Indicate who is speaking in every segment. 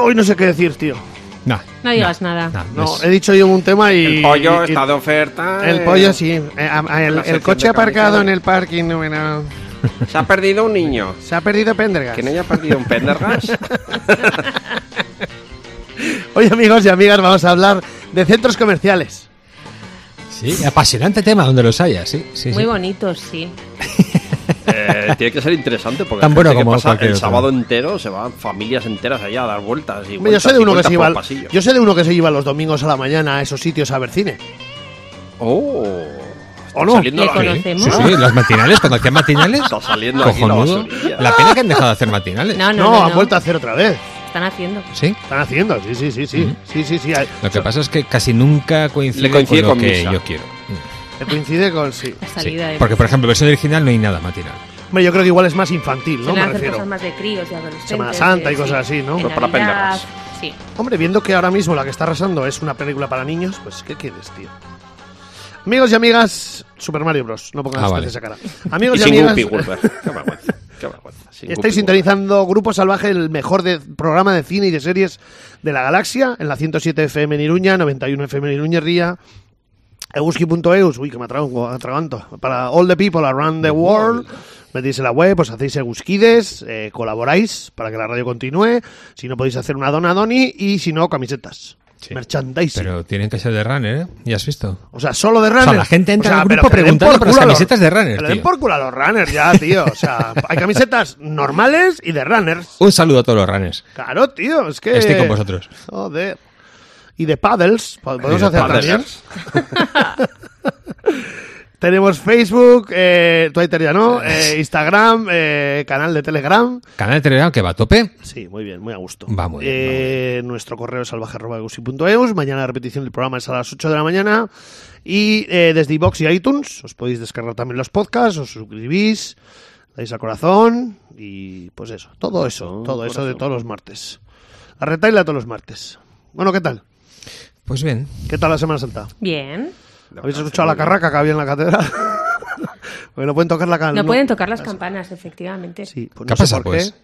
Speaker 1: hoy no sé qué decir, tío.
Speaker 2: No.
Speaker 3: No digas nada.
Speaker 1: No, he dicho yo un tema y.
Speaker 4: El pollo
Speaker 1: y-
Speaker 4: está de oferta.
Speaker 1: El
Speaker 4: eh,
Speaker 1: pollo sí. Eh, a- a- el,
Speaker 4: La
Speaker 1: el
Speaker 4: sección
Speaker 1: coche
Speaker 4: de
Speaker 1: aparcado
Speaker 4: carnicería.
Speaker 1: en el parking, no, no.
Speaker 4: Se ha perdido un niño.
Speaker 1: Se ha perdido Pendergast.
Speaker 4: ¿Quién haya perdido un Pendergast?
Speaker 1: Hoy, amigos y amigas, vamos a hablar de centros comerciales.
Speaker 2: Sí, apasionante tema donde los haya, sí. sí,
Speaker 3: Muy
Speaker 2: sí.
Speaker 3: bonito, sí.
Speaker 4: Eh, tiene que ser interesante porque
Speaker 2: Tan
Speaker 4: hay
Speaker 2: bueno
Speaker 4: gente que
Speaker 2: como
Speaker 4: pasa
Speaker 2: cualquier
Speaker 4: el
Speaker 2: otro.
Speaker 4: sábado entero se van familias enteras allá a dar vueltas y
Speaker 1: Hombre,
Speaker 4: vueltas
Speaker 1: yo sé de
Speaker 4: y
Speaker 1: uno que
Speaker 4: vueltas
Speaker 1: se
Speaker 4: por
Speaker 1: iba. al-
Speaker 4: pasillos.
Speaker 1: Yo sé de uno que se iba los domingos a la mañana a esos sitios a ver cine.
Speaker 4: Oh,
Speaker 1: ¿O no?
Speaker 4: saliendo
Speaker 3: ¿Le
Speaker 4: la-
Speaker 3: conoce?
Speaker 2: Sí, sí, sí, las matinales, cuando hacían matinales.
Speaker 4: Está saliendo aquí la
Speaker 2: Cojonudo.
Speaker 4: basurilla.
Speaker 2: La pena que han dejado de hacer matinales.
Speaker 3: Ah, No, no,
Speaker 1: No,
Speaker 3: no.
Speaker 1: han
Speaker 3: no.
Speaker 1: vuelto a hacer otra vez.
Speaker 3: Están haciendo.
Speaker 2: Sí.
Speaker 1: Están haciendo, sí, sí, sí, sí. Sí, sí, sí. hay-
Speaker 2: Lo que pasa es que casi nunca coincide,
Speaker 4: Le coincide
Speaker 2: con lo
Speaker 4: con
Speaker 2: que
Speaker 4: misa.
Speaker 2: yo quiero. Mm,
Speaker 1: que coincide con sí.
Speaker 3: La
Speaker 2: sí.
Speaker 3: salida de.
Speaker 2: Porque, por ejemplo, versión original no hay nada matinal.
Speaker 1: Hombre, yo creo que igual es más infantil, ¿no?
Speaker 3: Suelen
Speaker 1: Me
Speaker 3: hacer
Speaker 1: refiero.
Speaker 3: cosas más de críos y adolescentes.
Speaker 1: Semana Santa y
Speaker 3: sí.
Speaker 1: cosas así, ¿no?
Speaker 3: En
Speaker 4: Pero para
Speaker 3: Navidad,
Speaker 4: pendergas.
Speaker 3: Sí.
Speaker 1: Hombre, viendo que ahora mismo la que está arrasando es una película para niños, pues ¿qué quieres, tío? Amigos y amigas, Super Mario Bros. No pongas
Speaker 2: Ah,
Speaker 1: esta
Speaker 2: vale.
Speaker 1: esa cara.
Speaker 4: Y
Speaker 1: Amigos y,
Speaker 4: sin
Speaker 1: amigas,
Speaker 4: Guppy Wolver. Qué vergüenza. Qué vergüenza. Sin Guppy
Speaker 1: estáis sintonizando Grupo Salvaje, el mejor de- programa de cine y de series de la galaxia, en la 107 FM en Iruña, 91 FM en Iruña Ría, eguski.eus, uy, que me atrago- atraganto, para all the people around the world, metéis en la web, os hacéis eguskides, eh, colaboráis para que la radio continúe, si no podéis hacer una dona Doni y si no, camisetas.
Speaker 2: Sí.
Speaker 1: Merchandising.
Speaker 2: Pero tienen que ser de runner, ¿eh? Ya has visto.
Speaker 1: O sea, solo de runner.
Speaker 2: O sea, la gente entra al
Speaker 1: pero
Speaker 2: grupo
Speaker 1: que le den
Speaker 2: preguntando por las
Speaker 1: culo a
Speaker 2: camisetas de runner,
Speaker 1: que Le den
Speaker 2: tío.
Speaker 1: por culo a los runners ya, tío. O sea, hay camisetas normales y de runners.
Speaker 2: Un saludo a todos los runners.
Speaker 1: Claro, tío, es que.
Speaker 2: Estoy con vosotros.
Speaker 1: Joder. Y de paddles, po- podemos
Speaker 2: de
Speaker 1: hacer
Speaker 4: Wolver.
Speaker 1: también. Tenemos Facebook, eh, Twitter ya no, eh, Instagram, eh, canal de Telegram.
Speaker 2: Canal de Telegram que va a tope.
Speaker 1: Sí, muy bien, muy a gusto.
Speaker 2: Va muy bien,
Speaker 1: Eh, Nuestro correo es salvaje.eus. Mañana la repetición del programa es a las 8 de la mañana. Y eh, desde iBox y iTunes os podéis descargar también los podcasts, os suscribís, dais al corazón y pues eso, todo eso, todo eso de todos los martes. La retaila todos los martes. Bueno, ¿qué tal?
Speaker 2: Pues bien.
Speaker 1: ¿Qué tal la Semana Santa?
Speaker 3: Bien.
Speaker 1: ¿Habéis escuchado la carraca que había en la catedral? Porque Ah, no pueden tocar la
Speaker 3: No,
Speaker 1: can-
Speaker 3: pueden tocar las campanas, efectivamente.
Speaker 1: Sí, pues
Speaker 2: ¿Qué
Speaker 1: no sé
Speaker 2: pasa,
Speaker 1: por
Speaker 2: pues?
Speaker 1: qué.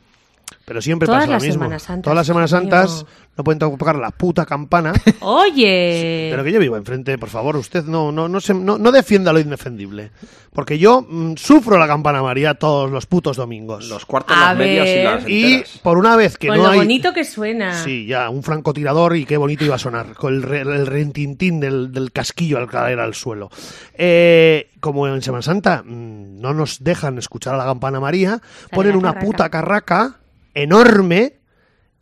Speaker 1: Pero siempre
Speaker 3: Todas
Speaker 1: pasa
Speaker 3: las
Speaker 1: lo mismo.
Speaker 3: Semanas Santas,
Speaker 1: Todas las Semanas
Speaker 3: Dios
Speaker 1: Santas
Speaker 3: mío.
Speaker 1: no pueden tocar la puta campana.
Speaker 3: Oye.
Speaker 1: pero que yo vivo enfrente, por favor, usted no no no, se- no, no defienda lo indefendible. Porque yo mm, sufro la campana María todos los putos domingos.
Speaker 4: Los cuartos,
Speaker 3: A
Speaker 4: las medias y
Speaker 3: ver.
Speaker 4: las
Speaker 1: y
Speaker 4: enteras.
Speaker 1: por una vez que
Speaker 3: Con
Speaker 1: no
Speaker 3: lo
Speaker 1: hay...
Speaker 3: bonito que suena.
Speaker 1: Sí, ya, un francotirador y qué bonito iba a sonar, con el, re- el rentintín del, del casquillo al caer al suelo. Eh, como en Semana Santa mm, no nos dejan escuchar a la campana María, ponen
Speaker 3: la
Speaker 1: una
Speaker 3: carraca.
Speaker 1: puta carraca enorme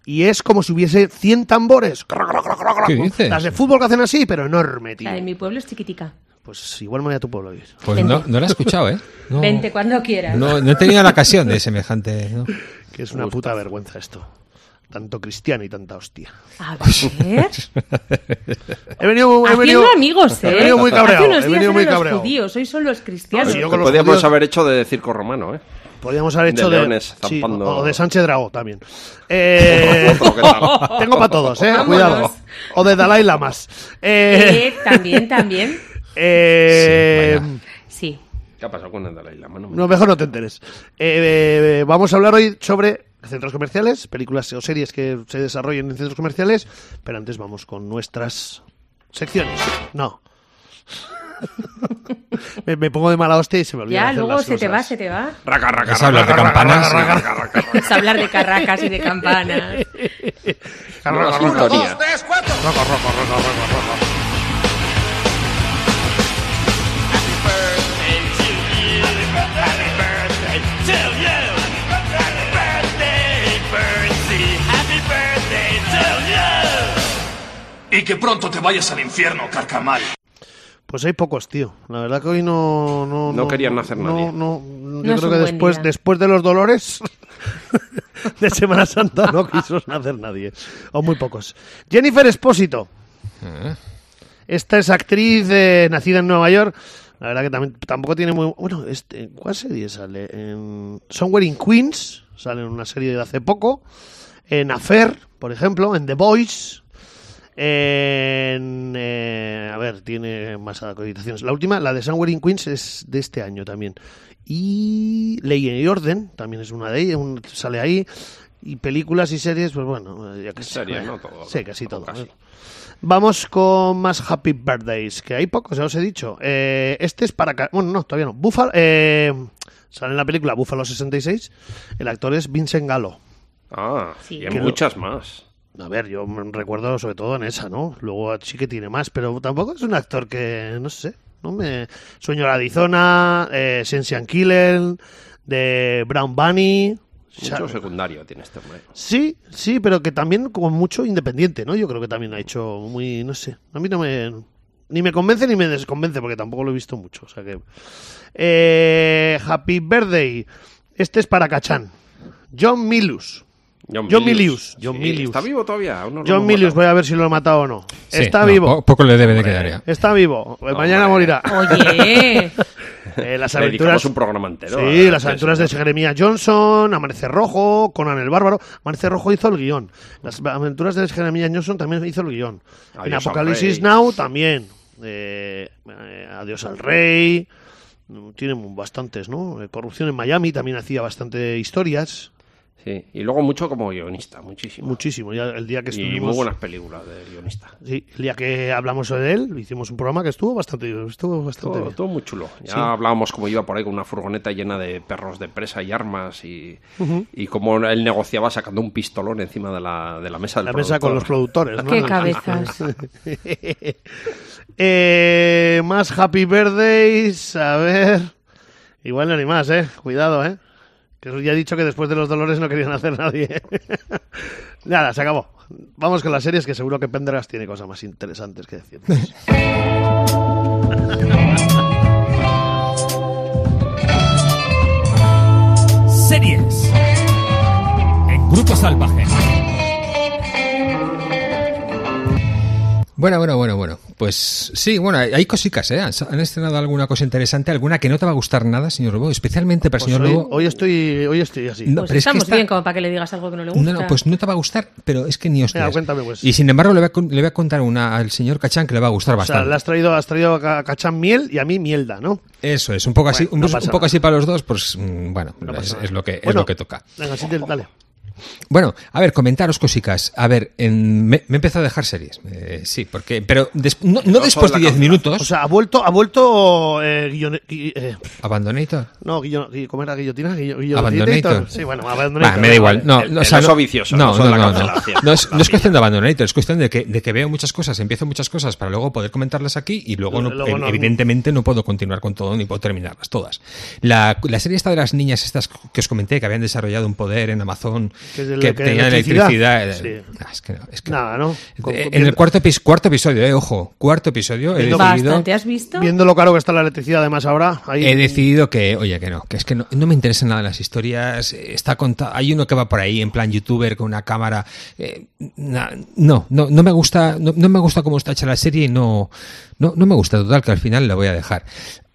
Speaker 1: y es como si hubiese 100 tambores.
Speaker 2: ¿Qué dices?
Speaker 1: Las de fútbol que hacen así, pero enorme, tío.
Speaker 3: La de mi pueblo es chiquitica.
Speaker 1: Pues igual me voy a tu pueblo. Luis.
Speaker 2: Pues no, no la he escuchado, ¿eh? No,
Speaker 3: Vente cuando quieras.
Speaker 2: no, no he tenido la ocasión de semejante. ¿no?
Speaker 1: Que es una puta vergüenza esto. Tanto cristiano y tanta hostia.
Speaker 3: A ver.
Speaker 1: He venido, he venido,
Speaker 3: Haciendo amigos, ¿eh?
Speaker 1: he venido muy cabreado.
Speaker 3: Hace unos
Speaker 1: he
Speaker 3: días
Speaker 1: venido muy
Speaker 3: eran
Speaker 1: cabreado.
Speaker 3: los judíos, hoy son los cristianos.
Speaker 1: Sí,
Speaker 4: Lo
Speaker 1: yo
Speaker 4: que
Speaker 1: con los
Speaker 4: podíamos
Speaker 1: judíos-
Speaker 4: haber hecho de circo romano, ¿eh?
Speaker 1: Podríamos haber
Speaker 4: De
Speaker 1: hecho de,
Speaker 4: leones
Speaker 1: sí,
Speaker 4: zampando-
Speaker 1: o de Sánchez Dragó también. Eh,
Speaker 4: Otro que tal.
Speaker 1: tengo para todos, eh,
Speaker 3: Vámonos.
Speaker 1: cuidado. O de Dalai Lamas. Eh,
Speaker 3: Eh, también, también.
Speaker 1: eh,
Speaker 2: Sí,
Speaker 3: Sí.
Speaker 4: ¿Qué ha pasado con el Dalai Lama? No me-
Speaker 1: no, mejor no te enteres. Eh, eh, vamos a hablar hoy sobre centros comerciales, películas o series que se desarrollen en centros comerciales, pero antes vamos con nuestras secciones. No. me, me pongo de mala hostia y se me olvida.
Speaker 3: Ya,
Speaker 1: hacer
Speaker 3: luego
Speaker 1: las
Speaker 3: se te va,
Speaker 1: cosas.
Speaker 3: se te va.
Speaker 4: Raca, raca,
Speaker 2: Es hablar de
Speaker 4: raca, raca,
Speaker 2: campanas.
Speaker 4: raca, raca, raca, raca.
Speaker 3: Es Pues hablar de carracas y de campanas.
Speaker 4: Nueva sintonía.
Speaker 5: Y que pronto te vayas al infierno, carcamal.
Speaker 1: Pues hay pocos, tío. La verdad que hoy no... No,
Speaker 4: No querían hacer nadie.
Speaker 1: No, no, yo
Speaker 3: No es
Speaker 1: creo
Speaker 3: un
Speaker 1: que
Speaker 3: buen
Speaker 1: después,
Speaker 3: día.
Speaker 1: después de los dolores de Semana Santa no quiso hacer nadie. O muy pocos. Jennifer Espósito. Esta es actriz eh, nacida en Nueva York. La verdad que también, tampoco tiene muy... Bueno, este, ¿cuál serie sale? En Somewhere in Queens. Sale en una serie de hace poco. En Affair, por ejemplo. En The Voice. En, eh, a ver, tiene más acreditaciones. La última, la de Somewhere in Queens, es de este año también. Y Ley y Orden también es una de ellas, un- sale ahí. Y películas y series, pues bueno, ya que sé.
Speaker 4: Series,
Speaker 1: bueno,
Speaker 4: no todo,
Speaker 1: Sí,
Speaker 4: no,
Speaker 1: casi
Speaker 4: o
Speaker 1: todo.
Speaker 4: casi.
Speaker 1: ¿eh? Vamos con más Happy Birthdays, que hay pocos, ya os he dicho. Eh, este es para... ca- Bueno, no, todavía no. Buffalo... eh, sale en la película Buffalo 66. El actor es Vincent Galo.
Speaker 4: Ah,
Speaker 3: Sí.
Speaker 4: y hay
Speaker 1: Que lo-
Speaker 4: muchas más.
Speaker 1: A ver, yo me recuerdo sobre todo en esa, ¿no? Luego sí que tiene más, pero tampoco es un actor que, no sé, no me... Sueño la Arizona, eh, Sensian Killer, de Brown Bunny...
Speaker 4: Mucho
Speaker 1: Sha-
Speaker 4: secundario tiene este hombre.
Speaker 1: Sí, sí, pero que también como mucho independiente, ¿no? Yo creo que también ha hecho muy, no sé, a mí no me... Ni me convence ni me desconvence porque tampoco lo he visto mucho, o sea que... Eh, Happy Birthday. Este es para Cachán. John Milus. John Milius, John
Speaker 4: Sí,
Speaker 1: Milius.
Speaker 4: Está vivo todavía. aún no lo
Speaker 1: John
Speaker 4: hemos
Speaker 1: Milius,
Speaker 4: matado.
Speaker 1: voy a ver si lo he matado o no.
Speaker 2: Sí,
Speaker 1: está
Speaker 2: no,
Speaker 1: vivo.
Speaker 2: po- poco le debe de quedar ya.
Speaker 1: Está vivo. Eh, Mañana morirá.
Speaker 3: Oye,
Speaker 1: Eh, las
Speaker 4: Le dedicamos
Speaker 1: aventuras.
Speaker 4: un ¿eh? programa entero.
Speaker 1: Sí,
Speaker 4: a-
Speaker 1: las
Speaker 4: a
Speaker 1: aventuras de
Speaker 4: eso.
Speaker 1: Jeremiah Johnson, Amanecer Rojo, Conan el Bárbaro. Amanecer Rojo hizo el guión. Las aventuras de Jeremiah Johnson también hizo el guión. en
Speaker 4: Adiós al
Speaker 1: Apocalipsis
Speaker 4: Rey.
Speaker 1: Now también. Eh, eh, adiós al Rey. Mm, Tienen bastantes, ¿no? Eh, Corrupción en Miami también hacía bastante historias.
Speaker 4: Sí, y luego mucho como guionista, muchísimo.
Speaker 1: Muchísimo. Ya el día que
Speaker 4: y
Speaker 1: estuvimos.
Speaker 4: muy buenas películas de guionista.
Speaker 1: Sí, el día que hablamos de él, hicimos un programa que estuvo bastante, estuvo bastante
Speaker 4: Todo,
Speaker 1: bien.
Speaker 4: todo muy chulo. Ya
Speaker 1: Sí.
Speaker 4: hablábamos como iba por ahí con una furgoneta llena de perros de presa y armas y, y cómo él negociaba sacando un pistolón encima de la, de la mesa del
Speaker 1: La mesa con los
Speaker 4: productor.
Speaker 1: productores, ¿no?
Speaker 3: qué cabezas. Pues
Speaker 1: Eh, más Happy Birthdays, a ver. Igual no ni más, ¿eh? Cuidado, ¿eh? Que eso ya he dicho que después de los dolores no querían hacer nadie. Nada, se acabó. Vamos con las series que seguro que Pendergast tiene cosas más interesantes que decir. Pues
Speaker 6: Series. En Grupo Salvaje.
Speaker 2: Bueno, bueno, bueno, bueno. Pues sí, bueno, hay hay cositas, ¿eh? Han, han estrenado alguna cosa interesante, alguna que no te va a gustar nada, señor Lobo, especialmente para el
Speaker 1: Pues
Speaker 2: señor
Speaker 1: hoy,
Speaker 2: Lobo.
Speaker 1: hoy estoy, hoy estoy así.
Speaker 2: No,
Speaker 3: Pues
Speaker 2: pero es que
Speaker 3: estamos
Speaker 2: está-
Speaker 3: bien como para que le digas algo que no le gusta.
Speaker 2: No, no, pues no te va a gustar, pero es que ni hostias.
Speaker 1: Venga, cuéntame, pues.
Speaker 2: Y sin embargo, le voy a, con- le voy a contar una al señor Cachán que le va a gustar
Speaker 1: o sea,
Speaker 2: bastante.
Speaker 1: le has traído, has traído a Ca- Cachán miel y a mí mielda, ¿no?
Speaker 2: Eso es, un poco así,
Speaker 1: Bueno,
Speaker 2: un-
Speaker 1: no
Speaker 2: un,
Speaker 1: pasa
Speaker 2: poco
Speaker 1: nada.
Speaker 2: así para los dos, pues mm, bueno, es, es lo que, es
Speaker 1: Bueno,
Speaker 2: lo que toca.
Speaker 1: Venga, sí, te- dale.
Speaker 2: Bueno, a ver, comentaros cosicas. A ver, en- me, me he empezado a dejar series. Eh, sí, porque. Pero des- no, no
Speaker 4: ojo
Speaker 2: después
Speaker 4: de
Speaker 2: de
Speaker 4: la
Speaker 2: 10
Speaker 4: cámara.
Speaker 2: minutos.
Speaker 1: O sea, ha vuelto, ha vuelto eh, guion- gui- eh,
Speaker 2: abandoné y todo.
Speaker 1: No, guillo, guillo- ¿cómo era guillotina? Guillo, guillo-
Speaker 2: Abandonator.
Speaker 1: Sí, bueno, abandonator.
Speaker 2: Bah, me da igual. No,
Speaker 4: El-
Speaker 2: no,
Speaker 4: el
Speaker 2: o sea,
Speaker 4: oso
Speaker 2: no-
Speaker 4: vicioso, el
Speaker 2: No,
Speaker 4: oso
Speaker 2: no,
Speaker 4: de la
Speaker 2: no, no.
Speaker 4: cancelación.
Speaker 2: No es, no es cuestión de abandonator, es cuestión de que, de que veo muchas cosas, empiezo muchas cosas para luego poder comentarlas aquí y luego, no-
Speaker 1: Luego no-
Speaker 2: evidentemente no puedo continuar con todo ni puedo terminarlas todas. La, la serie esta de las niñas estas que os comenté que habían desarrollado un poder en Amazon
Speaker 1: Que
Speaker 2: que,
Speaker 1: es de la- que
Speaker 2: tenían
Speaker 1: electricidad.
Speaker 2: electricidad.
Speaker 1: Sí.
Speaker 2: Ah, es que no, es que-
Speaker 1: Nada, ¿no? Con-
Speaker 2: Eh,
Speaker 1: con-
Speaker 2: En el cuarto, epi- cuarto episodio, eh, ojo, cuarto episodio, he
Speaker 1: Viendo-
Speaker 2: decidido,
Speaker 3: Bastante, ¿has visto?
Speaker 1: Viendo lo caro que está la electricidad, además, ahora. Ahí,
Speaker 2: he decidido que, oye, que no, que es que no, no me interesan nada las historias. eh, Está contado, hay uno que va por ahí en plan youtuber con una cámara. eh, na- no, no, no me gusta, no, no me gusta cómo está hecha la serie y no, no, no me gusta total que al final la voy a dejar.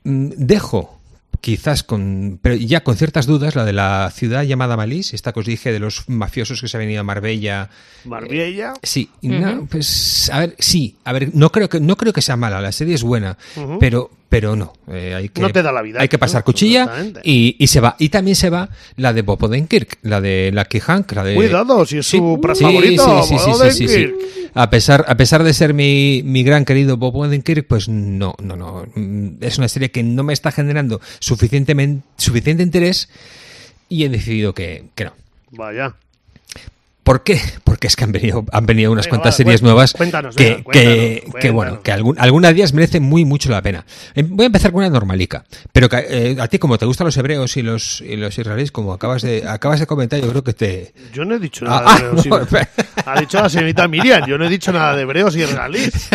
Speaker 2: Mm, Dejo. Quizás con, pero ya con ciertas dudas, la de la ciudad llamada Malís, esta que os dije de los mafiosos que se han venido a Marbella,
Speaker 1: Marbella.
Speaker 2: Sí, y no, pues a ver, sí, a ver, no creo que no creo que sea mala, la serie es buena, pero pero no, eh, hay que
Speaker 1: No te da la vida,
Speaker 2: hay que pasar
Speaker 1: ¿no?
Speaker 2: cuchilla
Speaker 1: Exactamente.
Speaker 2: y, y se va y también se va la de Bob Odenkirk, la de la que Hank, la de
Speaker 1: Cuidado, si es su pra- favorito, Bob Odenkirk.
Speaker 2: A pesar a pesar de ser mi, mi gran querido Bob Odenkirk, pues no, no, no, mm, es una serie que no me está generando suficientemente suficiente interés y he decidido que, que no.
Speaker 1: Vaya.
Speaker 2: ¿Por qué? Porque es que han venido, han venido unas
Speaker 1: Venga,
Speaker 2: cuantas
Speaker 1: va,
Speaker 2: series
Speaker 1: cuen-
Speaker 2: nuevas
Speaker 1: cuéntanos,
Speaker 2: que,
Speaker 1: venga,
Speaker 2: que-
Speaker 1: cuéntanos,
Speaker 2: que,
Speaker 1: cuéntanos.
Speaker 2: bueno, que algún- algunas días merecen muy mucho la pena. Em, Voy a empezar con una normalita, pero que, eh, a ti como te gustan los hebreos y los, y los israelíes, como acabas de, acabas de comentar, yo creo que te...
Speaker 1: Yo no he dicho
Speaker 2: Ah,
Speaker 1: nada
Speaker 2: ah,
Speaker 1: de hebreos.
Speaker 2: no,
Speaker 1: y- Ha dicho la señorita Miriam. Yo no he dicho nada de hebreos y israelíes.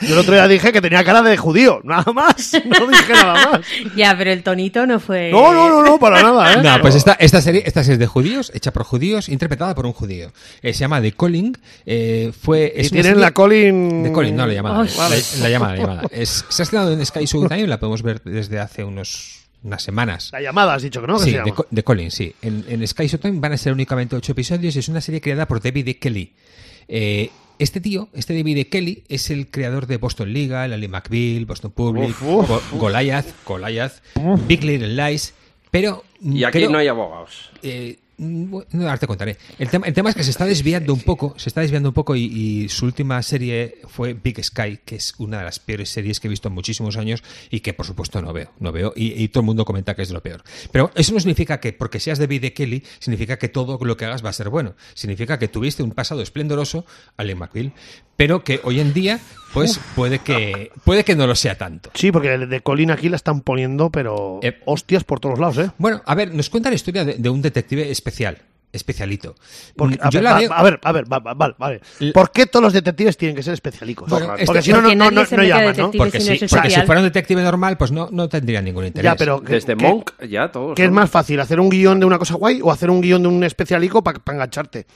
Speaker 1: Yo el otro día dije que tenía cara de judío. Nada más. No dije nada más.
Speaker 3: Ya, pero el tonito no fue.
Speaker 1: No, no, no, no, para nada, ¿eh?
Speaker 2: No, pues esta, esta, serie, esta serie es de judíos, hecha por judíos, interpretada por un judío. Eh, se llama The Calling. eh, fue,
Speaker 1: Y
Speaker 2: es una
Speaker 1: tienen
Speaker 2: serie-
Speaker 1: la Colin.
Speaker 2: De Colin, no, la llamada.
Speaker 3: Ay.
Speaker 2: la, la llamada, la llamada. Es- se ha estrenado en Sky Showtime, la podemos ver desde hace unos, unas semanas.
Speaker 1: La llamada, has dicho que no, que
Speaker 2: Sí,
Speaker 1: se
Speaker 2: de,
Speaker 1: llama.
Speaker 2: Co- de Colin, sí. En, en Sky Showtime van a ser únicamente ocho episodios y es una serie creada por David E. Kelly. Eh, este tío, este David E. Kelly, es el creador de Boston Legal, Ali McBeal, Boston Public,
Speaker 1: Uf, uf,
Speaker 2: Go- Goliath, Goliath, Big Little Lies, pero...
Speaker 4: Y aquí
Speaker 2: creo-
Speaker 4: no hay abogados.
Speaker 2: eh, Mm, bueno, ahora te contaré. El tema, el tema es que se está desviando un poco, se está desviando un poco y, y su última serie fue Big Sky, que es una de las peores series que he visto en muchísimos años y que por supuesto no veo, no veo y, y todo el mundo comenta que es de lo peor. Pero eso no significa que porque seas de de Kelly significa que todo lo que hagas va a ser bueno. Significa que tuviste un pasado esplendoroso, Alec McBeal, pero que hoy en día pues puede que puede que no lo sea tanto.
Speaker 1: Sí, porque de Colin aquí la están poniendo, pero
Speaker 2: Eh.
Speaker 1: hostias por todos lados, ¿eh?
Speaker 2: Bueno, a ver, nos cuenta la historia de, de un detective especial, especialito. Mm,
Speaker 1: Porque, a,
Speaker 2: Yo
Speaker 1: ver,
Speaker 2: la
Speaker 1: va-
Speaker 2: veo-
Speaker 1: a ver, a ver, va- va- vale, vale. ¿Por qué todos los detectives tienen que ser especialicos?
Speaker 2: Bueno,
Speaker 1: porque
Speaker 2: esto-
Speaker 1: si no, no,
Speaker 3: Porque
Speaker 1: no,
Speaker 3: nadie
Speaker 1: no,
Speaker 3: se
Speaker 1: no
Speaker 3: mete a
Speaker 1: llaman, ¿no?
Speaker 3: detective.
Speaker 2: Porque,
Speaker 3: si no
Speaker 2: si,
Speaker 3: es
Speaker 2: porque si
Speaker 3: especial.
Speaker 2: fuera un detective normal, pues no, no tendría ningún interés.
Speaker 1: Ya, pero que-
Speaker 4: Desde
Speaker 1: que-
Speaker 4: Monk, ya todos.
Speaker 1: ¿Qué es
Speaker 4: son-
Speaker 1: más fácil, hacer un guión de una cosa guay o hacer un guión de un especialico para engancharte?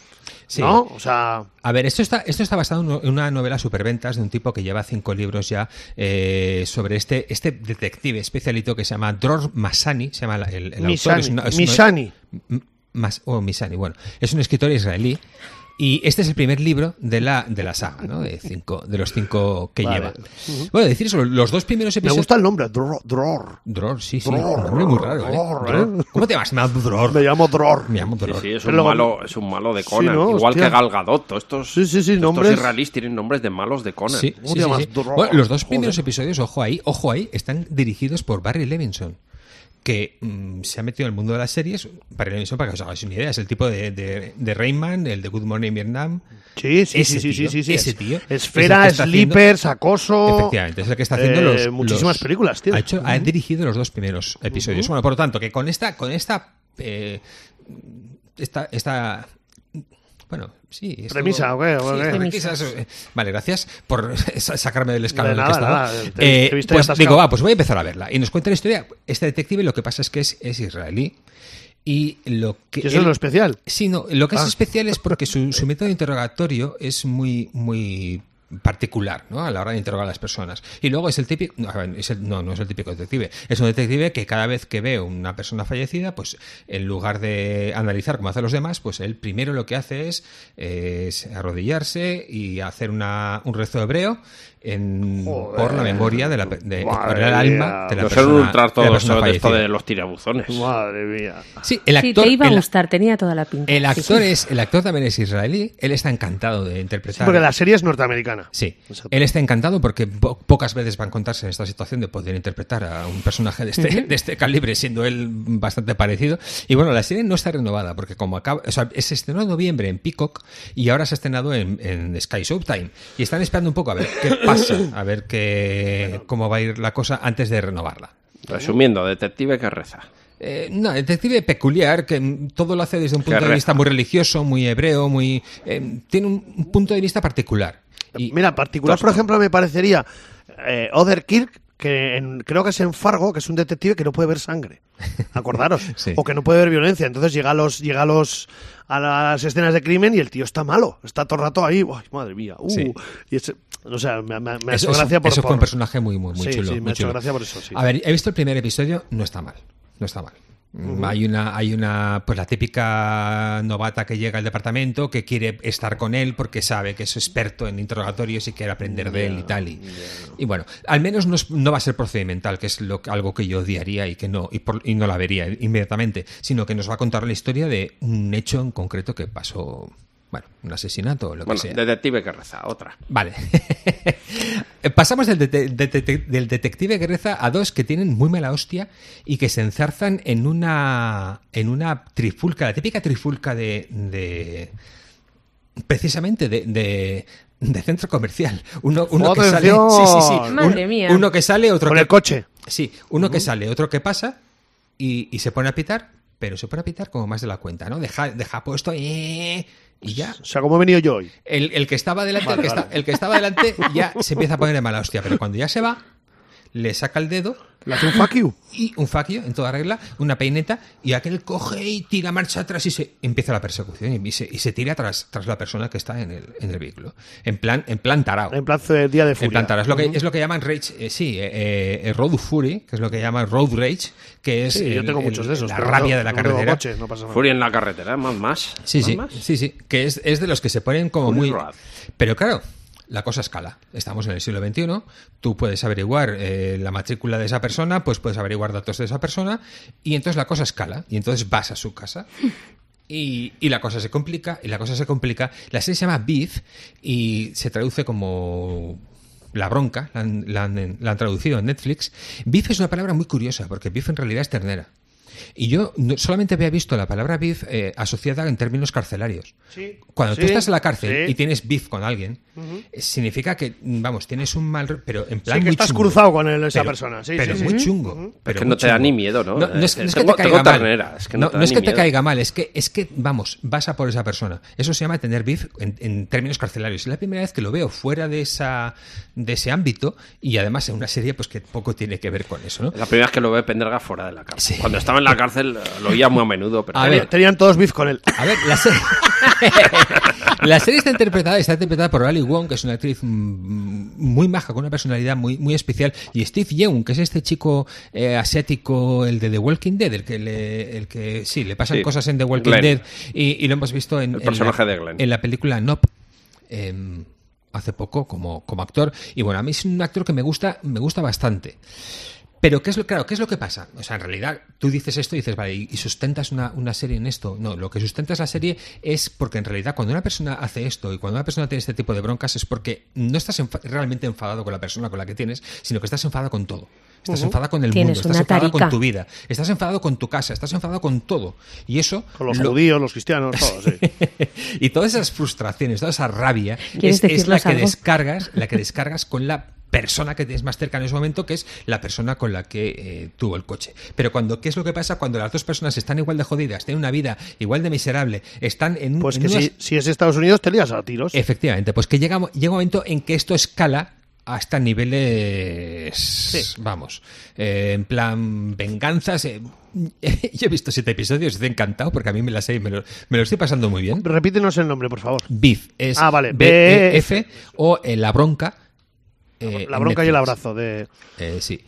Speaker 2: Sí.
Speaker 1: ¿No? O sea,
Speaker 2: A ver, esto está, esto está basado en uno- en una novela superventas de un tipo que lleva cinco libros ya eh, sobre este, este detective especialito que se llama Dror Masani, se llama la- el, el autor.
Speaker 1: Misani,
Speaker 2: es una- es una-
Speaker 1: Misani.
Speaker 2: M- Mas, oh, Misani, bueno. Es un escritor israelí. Y este es el primer libro de la, de la saga, ¿no? De, cinco, de los cinco que
Speaker 1: Vale.
Speaker 2: lleva. Bueno, decir eso, los dos primeros
Speaker 1: me
Speaker 2: episodios.
Speaker 1: gusta el nombre, Dror. Dror.
Speaker 2: Dror, sí, sí.
Speaker 1: Dror,
Speaker 2: un nombre muy raro, ¿eh?
Speaker 1: Dror,
Speaker 2: Dror.
Speaker 1: ¿eh?
Speaker 2: ¿Cómo te llamas? Me llamo Dror.
Speaker 1: Me llamo Dror.
Speaker 2: Me llamo
Speaker 4: Sí,
Speaker 2: Dror.
Speaker 4: sí, es
Speaker 1: Pero
Speaker 4: un,
Speaker 1: luego-
Speaker 4: malo, es un malo de Conan.
Speaker 1: Sí, ¿no?
Speaker 4: Igual
Speaker 1: Hostia.
Speaker 4: que Gal Gadot. todos Estos,
Speaker 1: Sí, sí, sí,
Speaker 4: estos
Speaker 1: nombres-
Speaker 4: israelíes tienen nombres de malos de Conan.
Speaker 2: Sí,
Speaker 1: ¿Cómo
Speaker 2: sí,
Speaker 1: te
Speaker 2: sí,
Speaker 1: llamas?
Speaker 2: sí.
Speaker 1: Dror.
Speaker 2: Bueno, los dos
Speaker 1: Joder.
Speaker 2: primeros episodios, ojo ahí, ojo ahí, están dirigidos por Barry Levinson, que mm, se ha metido en el mundo de las series. Barry Levinson, para que os hagáis una idea, es el tipo de, de, de Rayman, el de Good Morning Vietnam.
Speaker 1: Sí, sí, sí,
Speaker 2: Ese
Speaker 1: sí,
Speaker 2: tío,
Speaker 1: sí, sí, sí.
Speaker 2: ese tío.
Speaker 1: Esfera,
Speaker 2: Es el que está haciendo-
Speaker 1: Slippers, Acoso.
Speaker 2: Efectivamente, es el que está haciendo
Speaker 1: eh,
Speaker 2: los,
Speaker 1: Muchísimas
Speaker 2: los-
Speaker 1: películas, tío.
Speaker 2: Ha, hecho- ha dirigido los dos primeros episodios. Bueno, por lo tanto, que con esta, con esta, eh, esta, esta, bueno, sí. esto-
Speaker 1: Premisa, ¿o qué? ¿O
Speaker 2: sí,
Speaker 1: qué?
Speaker 2: esta premisa, eso, eh, Vale, gracias por sa- sacarme del escalón
Speaker 1: De
Speaker 2: en el que
Speaker 1: nada,
Speaker 2: estaba.
Speaker 1: nada, te-
Speaker 2: Eh,
Speaker 1: te viste
Speaker 2: pues
Speaker 1: atascado.
Speaker 2: digo, va, pues voy a empezar a verla. Y nos cuenta la historia. Este detective, lo que pasa es que es, es israelí y lo que
Speaker 1: Y eso es
Speaker 2: él-
Speaker 1: lo especial.
Speaker 2: Sí, no, lo que es
Speaker 1: Ah.
Speaker 2: especial es porque su, su método de interrogatorio es muy, muy particular, ¿no? A la hora de interrogar a las personas. Y luego es el típico, no, a ver, es el- no, no es el típico detective. Es un detective que cada vez que ve una persona fallecida, pues en lugar de analizar como hacen los demás, pues él primero lo que hace es, eh, es arrodillarse y hacer una- un rezo hebreo en-
Speaker 1: Joder.
Speaker 2: por la memoria de la, pe- de- por
Speaker 1: Madre
Speaker 2: el
Speaker 1: mía.
Speaker 2: alma de la
Speaker 4: No
Speaker 2: persona.
Speaker 4: son un trato
Speaker 2: de
Speaker 4: de,
Speaker 2: la persona
Speaker 4: de esto
Speaker 2: fallecida.
Speaker 4: de los tirabuzones.
Speaker 2: Pues,
Speaker 1: Madre mía.
Speaker 2: Sí, el
Speaker 3: Sí,
Speaker 2: actor,
Speaker 3: te iba a
Speaker 2: el-
Speaker 3: gustar, tenía toda la pinta.
Speaker 2: El
Speaker 3: Sí,
Speaker 2: actor
Speaker 3: sí.
Speaker 2: es, el actor también es israelí. Él está encantado de interpretar.
Speaker 1: Porque la serie es norteamericana.
Speaker 2: Sí,
Speaker 3: Pues,
Speaker 1: Exacto.
Speaker 2: él está encantado porque po- pocas veces va a encontrarse en esta situación de poder interpretar a un personaje de este, de este calibre, siendo él bastante parecido. Y bueno, la serie no está renovada porque como acaba, o sea, se estrenó en noviembre en Peacock y ahora se ha estrenado en, en Sky Showtime y están esperando un poco a ver qué pasa, a ver qué, cómo va a ir la cosa antes de renovarla.
Speaker 4: Resumiendo, detective que reza.
Speaker 2: Eh, no, detective peculiar, que mm, todo lo hace desde un punto de
Speaker 4: reza.
Speaker 2: vista muy religioso, muy hebreo, muy... eh, tiene un, un punto de vista particular. Y,
Speaker 1: Mira, particular, por ejemplo, me parecería eh, Other Kirk, que en- creo que es en Fargo, que es un detective que no puede ver sangre. Acordaros.
Speaker 2: Sí.
Speaker 1: O que no puede ver violencia. Entonces llega a, los, llega a, los, a las escenas de crimen y el tío está malo. Está todo el rato ahí. "Ay, madre mía! uh".
Speaker 2: Sí.
Speaker 1: Y ese- o sea, me, me- me ha
Speaker 2: eso,
Speaker 1: hecho
Speaker 2: eso-
Speaker 1: gracia por
Speaker 2: eso fue un
Speaker 1: por-
Speaker 2: personaje muy, muy, muy
Speaker 1: Sí,
Speaker 2: chulo.
Speaker 1: sí, me
Speaker 2: muy
Speaker 1: ha hecho
Speaker 2: chulo.
Speaker 1: gracia por eso, sí.
Speaker 2: A ver, he visto el primer episodio, no está mal. No está mal. Mm, Hay una, hay una, pues la típica novata que llega al departamento que quiere estar con él porque sabe que es experto en interrogatorios y quiere aprender de él y tal. Y, y bueno, al menos no, es- no va a ser procedimental, que es lo, que- algo que yo odiaría y que no, y, por- y no la vería inmediatamente, sino que nos va a contar la historia de un hecho en concreto que pasó, bueno, un asesinato o lo
Speaker 4: Bueno,
Speaker 2: que sea.
Speaker 4: detective que reza, otra.
Speaker 2: Vale. Pasamos del, dete- dete- del detective que reza a dos que tienen muy mala hostia y que se enzarzan en una, en una trifulca, la típica trifulca de. de- precisamente de. de- de centro comercial. Uno, uno que sale.
Speaker 1: ¡Atención!
Speaker 2: Sí, sí, sí.
Speaker 3: Madre
Speaker 2: Un-
Speaker 3: mía.
Speaker 2: Uno que sale, otro
Speaker 1: Con
Speaker 2: que.
Speaker 1: el coche.
Speaker 2: Sí, uno que sale, otro que pasa y, y se pone a pitar, pero se pone a pitar como más de la cuenta, ¿no? Deja, deja puesto. eh, y ya.
Speaker 1: O sea, como he venido yo hoy.
Speaker 2: El, el que estaba delante, el,
Speaker 1: Vale,
Speaker 2: que
Speaker 1: vale.
Speaker 2: está- el que estaba delante ya se empieza a poner de mala hostia, pero cuando ya se va, le saca el dedo
Speaker 1: ¿Le hace un fuck you?
Speaker 2: y un faquio en toda regla, una peineta, y aquel coge y tira marcha atrás y se empieza la persecución y se, y se tira tras, tras la persona que está en el, en el vehículo. En plan, en plan tarao.
Speaker 1: En plan, eh, día de furia.
Speaker 2: En plan tarao. Es lo que, es lo que llaman rage, eh, sí, eh, eh, road fury, que es lo que llaman road rage, que es
Speaker 1: Sí, yo
Speaker 2: el-
Speaker 1: tengo
Speaker 2: el-
Speaker 1: muchos de esos.
Speaker 2: la
Speaker 1: pero
Speaker 2: rabia
Speaker 1: no-
Speaker 2: de la
Speaker 1: no tengo
Speaker 2: carretera.
Speaker 1: coche, no pasa nada.
Speaker 4: Furia en la carretera, más más.
Speaker 2: Sí,
Speaker 4: más,
Speaker 2: sí,
Speaker 4: más.
Speaker 2: sí, sí, que es, es de los que se ponen como
Speaker 4: Full
Speaker 2: muy...
Speaker 4: rad.
Speaker 2: Pero claro, la cosa escala. Estamos en el siglo XXI, tú puedes averiguar eh, la matrícula de esa persona, pues puedes averiguar datos de esa persona, y entonces la cosa escala, y entonces vas a su casa. Y, y la cosa se complica, y la cosa se complica. La serie se llama Beef y se traduce como la bronca, la han, la han- la han traducido en Netflix. Beef es una palabra muy curiosa, porque beef en realidad es ternera. Y yo no- solamente había visto la palabra beef eh, asociada en términos carcelarios.
Speaker 1: Sí.
Speaker 2: Cuando
Speaker 1: Sí,
Speaker 2: tú estás en la cárcel
Speaker 1: sí.
Speaker 2: y tienes beef con alguien, eh, significa que, vamos, tienes un mal... Pero en plan
Speaker 1: que
Speaker 2: muy
Speaker 1: estás
Speaker 2: chungo.
Speaker 1: cruzado con el- esa
Speaker 2: Pero-
Speaker 1: persona, sí,
Speaker 2: Pero
Speaker 1: sí,
Speaker 2: muy
Speaker 1: sí.
Speaker 2: chungo. pero
Speaker 4: que
Speaker 2: muy
Speaker 4: no te da
Speaker 2: chungo.
Speaker 4: ni miedo, ¿no?
Speaker 2: No, es,
Speaker 4: Eh,
Speaker 2: no es
Speaker 4: tengo-
Speaker 2: que te caiga
Speaker 4: tengo
Speaker 2: mal.
Speaker 4: ternera, es que no te da
Speaker 2: es
Speaker 4: ni
Speaker 2: que te
Speaker 4: miedo.
Speaker 2: caiga mal, es que, es que, vamos, vas a por esa persona. Eso se llama tener beef en, en términos carcelarios. Es la primera vez que lo veo fuera de, esa, de ese ámbito y además en una serie pues que poco tiene que ver con eso, ¿no?
Speaker 4: La primera vez que lo ve Penderga fuera de la cárcel.
Speaker 2: Sí.
Speaker 4: Cuando estaba en la cárcel eh, lo oía muy a menudo, pero
Speaker 2: A
Speaker 1: Tenían-
Speaker 2: ver.
Speaker 1: Tenían todos beef con él.
Speaker 2: A ver, la serie, la serie está interpretada está interpretada por Ali Wong, que es una actriz mm, muy maja, con una personalidad muy, muy especial, y Steve Yeun, que es este chico eh, asiático, el de The Walking Dead, el que, le, el que sí, le pasan
Speaker 4: Sí.
Speaker 2: cosas en The Walking
Speaker 4: Glenn.
Speaker 2: Dead, y, y lo hemos visto en,
Speaker 4: El
Speaker 2: en
Speaker 4: personaje
Speaker 2: la,
Speaker 4: de Glenn.
Speaker 2: en la película Nope. em, hace poco como, como actor y bueno a mí es un actor que me gusta me gusta bastante pero ¿qué es lo, claro, ¿qué es lo que pasa? O sea, en realidad tú dices esto y dices, vale, ¿y sustentas una, una serie en esto? No, lo que sustentas la serie es porque en realidad cuando una persona hace esto y cuando una persona tiene este tipo de broncas es porque no estás enfa- realmente enfadado con la persona con la que tienes, sino que estás enfadado con todo. Estás enfadado con el
Speaker 3: Tienes
Speaker 2: mundo, estás
Speaker 3: una
Speaker 2: enfadado con
Speaker 3: tarica.
Speaker 2: tu vida, estás enfadado con tu casa, estás enfadado con todo. Y eso...
Speaker 1: Con los
Speaker 2: lo-
Speaker 1: judíos, los cristianos, todos, sí.
Speaker 2: y todas esas frustraciones, toda esa rabia
Speaker 3: ¿Quieres
Speaker 2: es, es la
Speaker 3: decirnos
Speaker 2: que
Speaker 3: algo?
Speaker 2: descargas, la que descargas con la persona que tienes más cerca en ese momento, que es la persona con la que eh, tuvo el coche. Pero cuando, ¿qué es lo que pasa? Cuando las dos personas están igual de jodidas, tienen una vida igual de miserable, están en un
Speaker 1: Pues
Speaker 2: en
Speaker 1: que
Speaker 2: unas-
Speaker 1: si, si es Estados Unidos, te lías a tiros.
Speaker 2: Efectivamente, pues que llega, llega un momento en que esto escala hasta niveles, vamos, eh, en plan venganzas. eh, yo he visto siete episodios, estoy encantado porque a mí me la serie me lo, me lo estoy pasando muy bien.
Speaker 1: Repítenos el nombre, por favor.
Speaker 2: BIF es
Speaker 1: Ah, vale,
Speaker 2: B-E-F, o eh, La Bronca. eh,
Speaker 1: La
Speaker 2: en
Speaker 1: bronca y el
Speaker 2: Netflix.
Speaker 1: abrazo de.
Speaker 2: Eh, sí.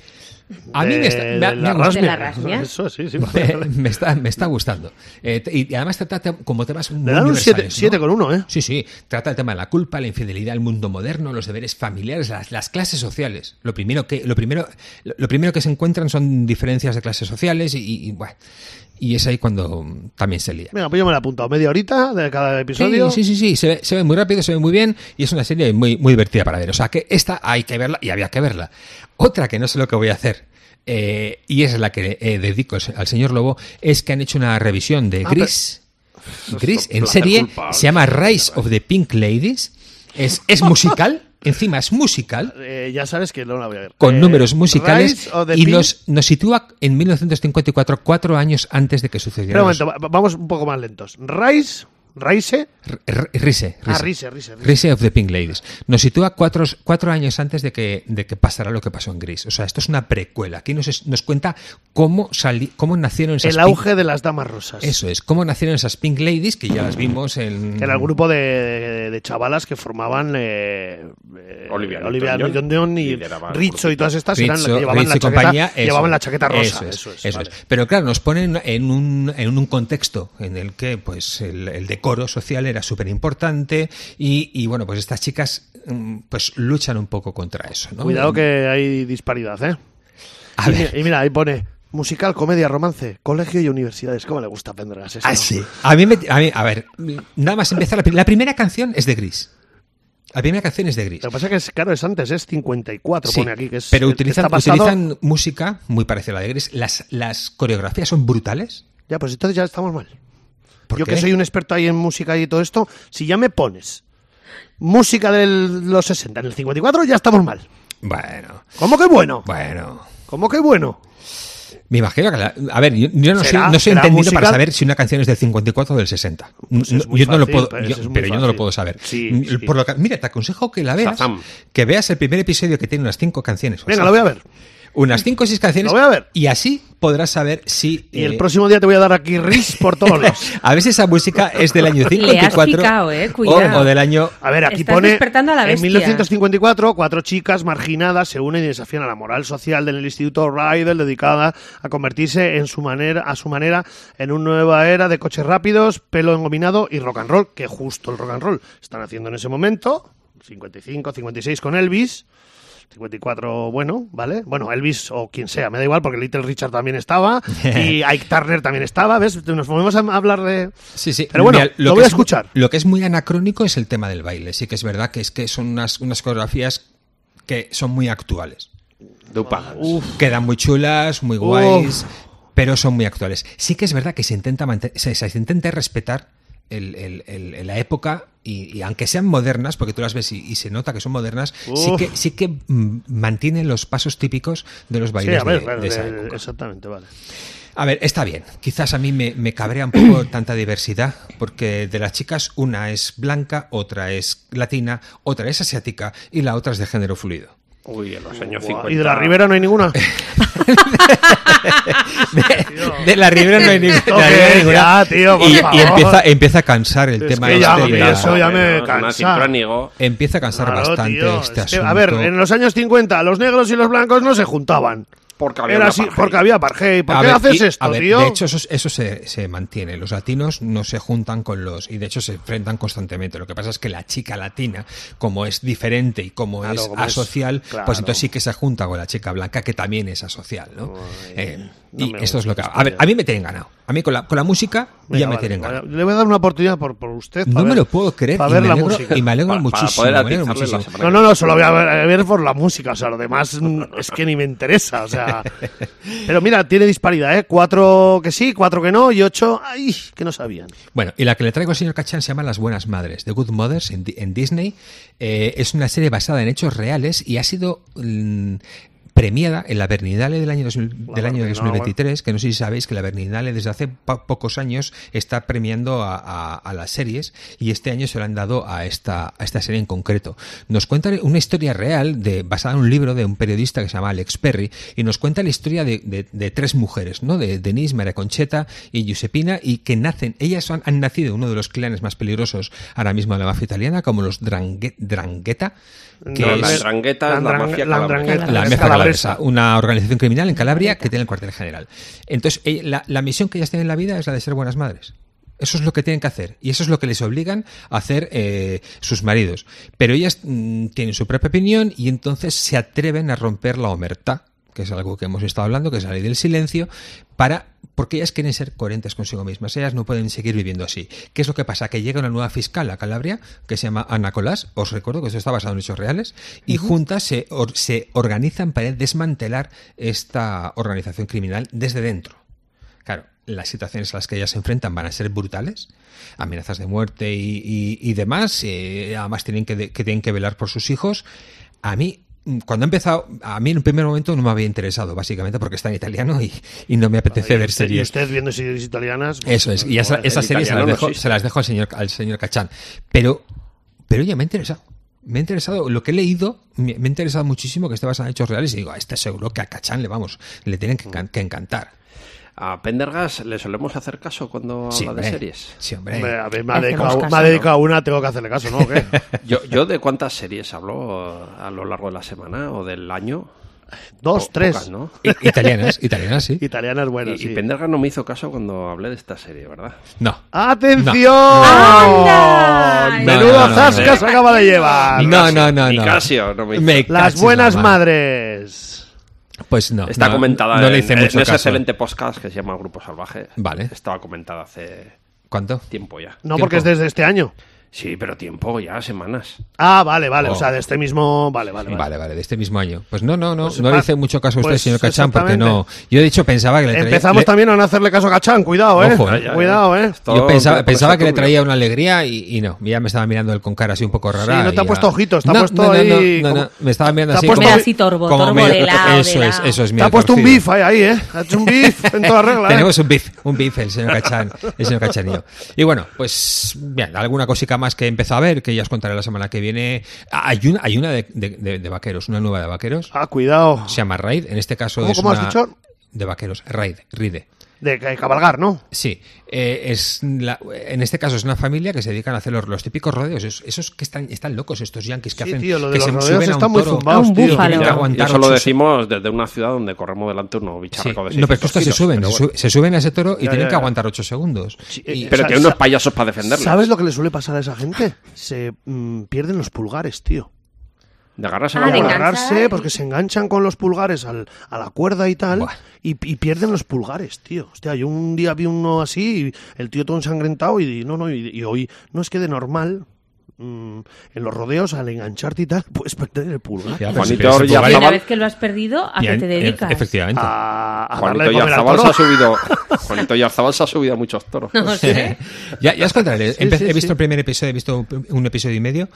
Speaker 2: A mí
Speaker 1: de-
Speaker 2: me está, me, ha-
Speaker 1: de
Speaker 2: me ha
Speaker 1: la
Speaker 2: gustado.
Speaker 3: rasmi-
Speaker 1: rasmia.
Speaker 3: De la rasmia.
Speaker 1: Eso sí, sí.
Speaker 2: Me,
Speaker 1: vale.
Speaker 2: me está, me está gustando. Eh, t- y, y además trata te- como temas muy
Speaker 1: Le dan un
Speaker 2: universales,
Speaker 1: 7
Speaker 2: ¿no?
Speaker 1: con 1, ¿eh?
Speaker 2: Sí, sí. Trata el tema de la culpa, la infidelidad, el mundo moderno, los deberes familiares, las, las clases sociales. Lo primero, que, lo, primero, lo lo primero que se encuentran son diferencias de clases sociales y, y, y, buah. y es ahí cuando mm, también se lía.
Speaker 1: Venga, pues yo me la he apuntado. Media horita de cada episodio.
Speaker 2: Sí, sí, sí, sí. Se, ve, se ve muy rápido, se ve muy bien y es una serie muy, muy divertida para ver. O sea que esta hay que verla y había que verla. Otra que no sé lo que voy a hacer. eh, y es la que eh, dedico al señor Lobo, es que han hecho una revisión
Speaker 1: Ah,
Speaker 2: de Gris. Gris, en
Speaker 4: placer
Speaker 2: serie,
Speaker 4: culpable.
Speaker 2: se llama Rise of the Pink Ladies. Es, es musical, encima es musical,
Speaker 1: Eh, ya sabes que no la voy a ver.
Speaker 2: con
Speaker 1: Eh,
Speaker 2: números musicales
Speaker 1: Rise of the
Speaker 2: y
Speaker 1: Pink-
Speaker 2: nos, nos sitúa en 1954, cuatro años antes de que
Speaker 1: Espera
Speaker 2: sucediera.
Speaker 1: un
Speaker 2: los-
Speaker 1: momento, va- va- vamos un poco más lentos. Rise, Rise,
Speaker 2: R- R- Rise,
Speaker 1: Ah, Rise,
Speaker 2: Rise.
Speaker 1: Rise, Rise.
Speaker 2: Rise of the Pink Ladies. Nos sitúa cuatro, cuatro años antes de que, de que pasara lo que pasó en Gris. O sea, esto es una precuela. Aquí nos, es- nos cuenta cómo, sali- cómo nacieron esas
Speaker 1: el
Speaker 2: Pink-
Speaker 1: auge de las damas rosas.
Speaker 2: Eso es, cómo nacieron esas Pink Ladies que ya las vimos en.
Speaker 1: Que era el grupo de, de- de chavalas que formaban eh, eh,
Speaker 4: Olivia
Speaker 1: Newton-John
Speaker 4: Newton-John
Speaker 1: y
Speaker 4: lideraba el
Speaker 1: Richo y todas estas eran las
Speaker 2: Rizzo-
Speaker 1: que llevaban,
Speaker 2: Rizzo
Speaker 1: la
Speaker 2: y
Speaker 1: chaqueta,
Speaker 2: compañía, eso
Speaker 1: llevaban
Speaker 2: es,
Speaker 1: la chaqueta rosa.
Speaker 2: Eso es,
Speaker 1: eso es,
Speaker 2: eso
Speaker 1: vale.
Speaker 2: es. Pero claro, nos ponen en un, en un contexto en el que pues el, el decoro social era súper importante y, y, bueno, pues estas chicas mm, pues luchan un poco contra eso. ¿no?
Speaker 1: Cuidado que hay disparidad, ¿eh?
Speaker 2: A
Speaker 1: y,
Speaker 2: ver.
Speaker 1: mi- y mira, ahí pone musical, comedia, romance, colegio y universidades. ¿Cómo le gusta Pendergast eso?
Speaker 2: Ah, sí. A mí, me- a mí- a ver, nada más empezar la, pri- la primera canción es de Gris. La primera canción es de Gris.
Speaker 1: Lo que pasa es que es, claro, es antes, es 54,
Speaker 2: Sí,
Speaker 1: pone aquí. Que es,
Speaker 2: pero
Speaker 1: que
Speaker 2: utilizan,
Speaker 1: está basado-
Speaker 2: utilizan música muy parecida a la de Gris. Las, las coreografías son brutales.
Speaker 1: Ya, pues entonces ya estamos mal.
Speaker 2: ¿Por
Speaker 1: Yo
Speaker 2: qué?
Speaker 1: que soy un experto ahí en música y todo esto, si ya me pones música de los 60 en el 54, ya estamos mal.
Speaker 2: Bueno,
Speaker 1: ¿Cómo que bueno?
Speaker 2: bueno.
Speaker 1: ¿Cómo que bueno?
Speaker 2: Me imagino que la- A ver, yo, yo no, soy,
Speaker 1: ¿Será-
Speaker 2: no soy
Speaker 1: será
Speaker 2: entendido para
Speaker 1: musical?
Speaker 2: saber si una canción es del 54 o del 60.
Speaker 1: Pues es
Speaker 2: No,
Speaker 1: muy
Speaker 2: yo no lo
Speaker 1: fácil,
Speaker 2: puedo,
Speaker 1: pues
Speaker 2: yo-
Speaker 1: es muy
Speaker 2: pero yo no lo
Speaker 1: fácil.
Speaker 2: puedo saber.
Speaker 1: Sí,
Speaker 2: Mm,
Speaker 1: sí.
Speaker 2: Por lo que- mira, te aconsejo que la veas,
Speaker 4: Shazam.
Speaker 2: que veas el primer episodio que tiene unas cinco canciones. o
Speaker 1: Venga,
Speaker 2: sea,
Speaker 1: lo voy a ver.
Speaker 2: Unas 5 o 6 canciones.
Speaker 1: Lo voy a ver.
Speaker 2: Y así podrás saber si.
Speaker 1: Y el
Speaker 2: eh,
Speaker 1: próximo día te voy a dar aquí ris por todos lados.
Speaker 2: a veces esa música es del año
Speaker 3: Le has
Speaker 2: 54.
Speaker 3: picado, eh,
Speaker 2: o-
Speaker 3: cuidado.
Speaker 2: O, del año.
Speaker 1: A ver, aquí
Speaker 3: Estás
Speaker 1: pone.
Speaker 3: despertando a la
Speaker 1: en
Speaker 3: bestia.
Speaker 1: 1954, cuatro chicas marginadas se unen y desafían a la moral social del Instituto Rydell, dedicada a convertirse en su manera, a su manera en una nueva era de coches rápidos, pelo engominado y rock and roll, que justo el rock and roll están haciendo en ese momento. 55, 56 con Elvis. 54, bueno, ¿vale? Bueno, Elvis o quien sea, me da igual porque Little Richard también estaba y Ike Turner también estaba, ¿ves? Nos volvemos a hablar de...
Speaker 2: Sí, sí.
Speaker 1: Pero bueno,
Speaker 2: Mira,
Speaker 1: lo,
Speaker 2: que
Speaker 1: voy a
Speaker 2: es mu-
Speaker 1: escuchar.
Speaker 2: Lo que es muy anacrónico es el tema del baile. Sí que es verdad que es que son unas, unas coreografías que son muy actuales.
Speaker 4: Du Pagans.
Speaker 1: Uh.
Speaker 2: Quedan muy chulas, muy guays, pero son muy actuales. Sí que es verdad que se intenta, manten- se, se intenta respetar el- el- el- la época y, y aunque sean modernas, porque tú las ves y, y se nota que son modernas, sí
Speaker 1: Uf.
Speaker 2: que, sí que mm, mantienen los pasos típicos de los
Speaker 1: Sí,
Speaker 2: bailes
Speaker 1: a ver, pues, eh,
Speaker 2: de,
Speaker 1: claro,
Speaker 2: de esa
Speaker 1: de-
Speaker 2: época.
Speaker 1: exactamente, vale.
Speaker 2: A ver, está bien. Quizás a mí me, me cabrea un poco tanta diversidad, porque de las chicas una es blanca, otra es latina, otra es asiática y la otra es de género fluido.
Speaker 4: Uy, en los años
Speaker 1: Guau,
Speaker 4: 50.
Speaker 1: ¿Y de la Ribera no hay ninguna?
Speaker 2: De la Ribera no hay ni- de la Ribera
Speaker 1: Toque,
Speaker 2: hay ninguna.
Speaker 1: ya, tío, por
Speaker 2: y, y
Speaker 1: favor.
Speaker 2: empieza, empieza a cansar el
Speaker 1: Es
Speaker 2: tema
Speaker 1: que ya,
Speaker 2: este de
Speaker 1: mira,
Speaker 2: la-
Speaker 1: eso ya me
Speaker 4: Bueno,
Speaker 1: cansa.
Speaker 4: una sincrónigo.
Speaker 2: Empieza a cansar
Speaker 1: Claro,
Speaker 2: bastante
Speaker 1: tío,
Speaker 2: este
Speaker 1: es que,
Speaker 2: asunto.
Speaker 1: A ver, en los años 50 los negros y los blancos no se juntaban.
Speaker 4: Porque había
Speaker 1: Era
Speaker 4: un
Speaker 1: así,
Speaker 4: apartheid.
Speaker 1: porque había apartheid. ¿Por
Speaker 2: A
Speaker 1: qué
Speaker 2: ver,
Speaker 1: haces
Speaker 2: y-
Speaker 1: esto,
Speaker 2: a ver,
Speaker 1: tío?
Speaker 2: De hecho, eso, eso se, se mantiene. Los latinos no se juntan con los. Y de hecho, se enfrentan constantemente. Lo que pasa es que la chica latina, como es diferente y como
Speaker 1: Claro,
Speaker 2: es
Speaker 1: como es-
Speaker 2: asocial,
Speaker 1: claro.
Speaker 2: pues entonces sí que se junta con la chica blanca, que también es asocial, ¿no? Eh,
Speaker 1: no
Speaker 2: y
Speaker 1: me
Speaker 2: esto es lo que. A ver, a mí me tienen ganado. A mí con la, con la música
Speaker 1: Venga,
Speaker 2: ya me
Speaker 1: vale,
Speaker 2: tienen ganado.
Speaker 1: vale. Le voy a dar una oportunidad por, por usted.
Speaker 2: No
Speaker 1: para
Speaker 2: me
Speaker 1: ver-
Speaker 2: lo puedo creer.
Speaker 1: Para
Speaker 2: y
Speaker 1: ver
Speaker 2: me
Speaker 1: la
Speaker 2: alegro-
Speaker 1: música.
Speaker 2: Y me alegro
Speaker 4: Para- para
Speaker 2: muchísimo.
Speaker 4: poder
Speaker 2: me alegro
Speaker 4: atizarle la
Speaker 2: muchísimo.
Speaker 4: semana
Speaker 1: ¿eh? No, no, no, solo voy a ver, a ver por la música, o sea, lo demás mm, es que ni me interesa, o sea. Pero mira, tiene disparidad, ¿eh? Cuatro que sí, cuatro que no y ocho, ¡ay! que no sabían.
Speaker 2: Bueno, y la que le traigo al señor Cachán se llama Las Buenas Madres, The Good Mothers en, Di- en Disney. Eh, es una serie basada en hechos reales y ha sido mm, premiada en la Berninale del año, 2000
Speaker 1: La
Speaker 2: del año
Speaker 1: Berlinale.
Speaker 2: 2023, que no sé si sabéis que la Berninale desde hace po- pocos años está premiando a, a- a las series y este año se lo han dado a esta, a esta serie en concreto. Nos cuenta una historia real de, basada en un libro de un periodista que se llama Alex Perry y nos cuenta la historia de, de- de tres mujeres, ¿no? De Denise, María Concheta y Giuseppina y que nacen, ellas han, han nacido en uno de los clanes más peligrosos ahora mismo de la mafia italiana, como los Drangue- Drangheta, que
Speaker 4: No, la
Speaker 2: es-
Speaker 4: Drangheta Andrangheta es la
Speaker 1: Andran-
Speaker 4: mafia
Speaker 1: la
Speaker 4: calabresa.
Speaker 1: Andrangheta,
Speaker 2: la
Speaker 1: es
Speaker 2: mezcla
Speaker 1: calabresa.
Speaker 2: calabresa, una organización criminal en Calabria que tiene el cuartel general. Entonces, eh, la, la misión que ellas tienen en la vida es la de ser buenas madres. Eso es lo que tienen que hacer y eso es lo que les obligan a hacer eh, sus maridos. Pero ellas mm, tienen su propia opinión y entonces se atreven a romper la omerta, que es algo que hemos estado hablando, que es la ley del silencio, para porque ellas quieren ser coherentes consigo mismas. Ellas no pueden seguir viviendo así. ¿Qué es lo que pasa? Que llega una nueva fiscal a Calabria que se llama Ana Colás. Os recuerdo que esto está basado en hechos reales. Y juntas se, or- se organizan para desmantelar esta organización criminal desde dentro. Claro, las situaciones a las que ellas se enfrentan van a ser brutales, amenazas de muerte y, y- y demás, eh, además tienen que, de- que tienen que velar por sus hijos. A mí, mm, cuando he empezado, a mí en un primer momento no me había interesado, básicamente porque está en italiano y, y no me apetece ver
Speaker 1: Y
Speaker 2: series.
Speaker 1: usted viendo series italianas. pues,
Speaker 2: Eso es, y esa-
Speaker 1: Bueno,
Speaker 2: esas
Speaker 4: el
Speaker 2: series se las
Speaker 4: italiano no
Speaker 2: dejo,
Speaker 4: existe.
Speaker 2: se las dejo al, señor, al señor Cachán. Pero, pero ya me ha interesado. Me ha interesado, lo que he leído, me, me ha interesado muchísimo que esté basado en hechos reales y digo, a este seguro que a Cachán le vamos, le tienen que, encan- que encantar.
Speaker 4: A Pendergast le solemos hacer caso cuando
Speaker 2: Sí,
Speaker 4: habla de
Speaker 2: hombre.
Speaker 4: series.
Speaker 2: Sí, hombre.
Speaker 1: hombre, a ver, me, ha
Speaker 3: Hacemos
Speaker 1: dedicado,
Speaker 3: caso,
Speaker 1: me ha
Speaker 3: ¿no?
Speaker 1: dedicado una, tengo que hacerle caso, ¿no? ¿O qué?
Speaker 4: Yo, yo de cuántas series hablo a lo largo de la semana o del año.
Speaker 1: Dos,
Speaker 4: Po-
Speaker 1: tres.
Speaker 4: pocas, ¿no?
Speaker 2: I- Italianas, italianas, sí.
Speaker 1: Italianas buenas,
Speaker 4: y,
Speaker 1: sí.
Speaker 4: y Pendergast no me hizo caso cuando hablé de esta serie, ¿verdad?
Speaker 2: No.
Speaker 1: ¡Atención!
Speaker 3: ¡Anda!
Speaker 1: ¡Menudo
Speaker 2: No, no, no,
Speaker 1: zasca
Speaker 2: no.
Speaker 1: se acaba de llevar!
Speaker 2: No, no, no,
Speaker 4: Ni
Speaker 2: no.
Speaker 4: Casio, no me hizo.
Speaker 1: Ah, Las
Speaker 2: cachis
Speaker 1: buenas
Speaker 2: la ma-
Speaker 1: madres.
Speaker 2: Pues no.
Speaker 4: Está
Speaker 2: no,
Speaker 4: comentada eh,
Speaker 2: No
Speaker 4: en,
Speaker 2: le hice
Speaker 4: en
Speaker 2: mucho
Speaker 4: ese
Speaker 2: caso.
Speaker 4: excelente podcast que se llama Grupo Salvaje.
Speaker 2: Vale.
Speaker 4: Estaba comentada hace
Speaker 2: ¿Cuánto?
Speaker 4: tiempo ya.
Speaker 1: No,
Speaker 2: Tiempo.
Speaker 1: porque es desde este año.
Speaker 4: Sí, pero tiempo ya, semanas.
Speaker 1: Ah, vale, vale.
Speaker 2: Oh.
Speaker 1: O sea, de este mismo. Vale, vale,
Speaker 2: Vale.
Speaker 1: vale.
Speaker 2: vale, de este mismo año. Pues no, no, no.
Speaker 1: Pues
Speaker 2: no le
Speaker 1: pa-
Speaker 2: hice mucho caso a usted,
Speaker 1: pues
Speaker 2: señor Cachán, porque no. Yo, de hecho, pensaba que le traía.
Speaker 1: Empezamos
Speaker 2: le-
Speaker 1: también a no hacerle caso a Cachán. Cuidado, eh.
Speaker 2: Ojo, eh, ya,
Speaker 4: ya.
Speaker 1: Cuidado, eh.
Speaker 4: Esto
Speaker 2: Yo pensaba,
Speaker 4: empieza-
Speaker 2: pensaba que le
Speaker 4: turbio.
Speaker 2: traía una alegría y, y no. Ya me estaba mirando él con cara así un poco rara.
Speaker 1: Sí, no te
Speaker 2: y
Speaker 1: ha puesto
Speaker 2: ya-
Speaker 1: ojitos, te ha
Speaker 2: No,
Speaker 1: puesto
Speaker 2: no, no, no,
Speaker 1: ahí
Speaker 2: No, no,
Speaker 1: como-
Speaker 2: me estaba mirando
Speaker 1: te ha
Speaker 2: así.
Speaker 1: puesto-
Speaker 2: como-
Speaker 1: Mira,
Speaker 3: así torbo, torbo
Speaker 2: medio-
Speaker 3: de lado, de
Speaker 2: Eso es,
Speaker 3: lado.
Speaker 2: eso es.
Speaker 1: Te
Speaker 2: medio
Speaker 1: ha puesto un
Speaker 2: torcido.
Speaker 1: beef ahí, ahí, eh. Ha hecho un beef en toda regla. eh.
Speaker 2: Tenemos un beef, un beef el señor Cachán, el señor Cachanillo. Y bueno, pues bien, alguna cosica más que he empezado a ver, que ya os contaré la semana que viene. Ah, Hay una, hay una de, de- de- de vaqueros, una nueva de vaqueros.
Speaker 1: Ah, cuidado.
Speaker 2: Se llama Raid, en este caso
Speaker 1: ¿Cómo-
Speaker 2: es
Speaker 1: cómo has
Speaker 2: una-
Speaker 1: dicho?
Speaker 2: de vaqueros, Raid, Ride.
Speaker 1: De ca- cabalgar, ¿no?
Speaker 2: Sí, eh, es la- en este caso es una familia que se dedican a hacer los, los típicos rodeos, esos, esos que están, están locos, estos yanquis que
Speaker 1: Sí,
Speaker 2: hacen
Speaker 1: tío, lo de
Speaker 2: que
Speaker 1: los
Speaker 2: se
Speaker 1: rodeos
Speaker 2: suben a un
Speaker 1: están muy
Speaker 2: toro
Speaker 1: zumbados,
Speaker 2: y
Speaker 3: tío.
Speaker 2: tienen que
Speaker 3: Pero-
Speaker 2: aguantar
Speaker 4: eso lo
Speaker 2: ocho-
Speaker 4: decimos desde una ciudad donde corremos delante uno
Speaker 2: Sí,
Speaker 4: bicharraco de
Speaker 2: No, pero
Speaker 4: 600
Speaker 2: estos se
Speaker 4: kilos,
Speaker 2: suben,
Speaker 4: pero
Speaker 2: se,
Speaker 4: bueno.
Speaker 2: su- se suben a ese toro y
Speaker 1: Ya,
Speaker 2: tienen
Speaker 1: ya,
Speaker 2: que
Speaker 1: ya. eh,
Speaker 2: aguantar 8 segundos. Y-
Speaker 4: Pero
Speaker 1: Sa-
Speaker 4: tiene unos
Speaker 1: sa-
Speaker 4: payasos para defenderlos.
Speaker 1: ¿Sabes lo que le suele pasar a esa gente? Se mm, pierden los pulgares, tío.
Speaker 4: De agarrarse
Speaker 1: Para
Speaker 3: Ah,
Speaker 4: a la
Speaker 3: de
Speaker 4: bola.
Speaker 3: enganchar.
Speaker 1: agarrarse, porque se enganchan con los pulgares al- a la cuerda y tal,
Speaker 2: Buah.
Speaker 1: y, y pierden los pulgares, tío. Hostia, yo un día vi uno así, y el tío todo ensangrentado, y, y no, no, y, y hoy, no es que de normal, mm, en los rodeos, al engancharte y tal, puedes perder el pulgar. Pues,
Speaker 2: Ya,
Speaker 4: Juanito
Speaker 2: si pierdes
Speaker 4: ahora
Speaker 2: el
Speaker 4: ya
Speaker 2: pulgar,
Speaker 3: Y una
Speaker 4: Cabal.
Speaker 3: vez que lo has perdido, ¿a qué
Speaker 2: bien,
Speaker 3: te
Speaker 2: e-
Speaker 3: dedicas?
Speaker 2: Efectivamente.
Speaker 1: Ah. A, a darle
Speaker 4: Juanito
Speaker 1: de comer al
Speaker 4: Yarzabal se
Speaker 1: toro.
Speaker 4: ha subido. Juanito Yarzabal se ha subido a muchos toros. Pues,
Speaker 3: No sé.
Speaker 2: ¿Eh? ya, ya os contaré.
Speaker 1: Sí,
Speaker 2: Empe-
Speaker 1: sí,
Speaker 2: he visto
Speaker 1: sí.
Speaker 2: el primer episodio, he visto un episodio y medio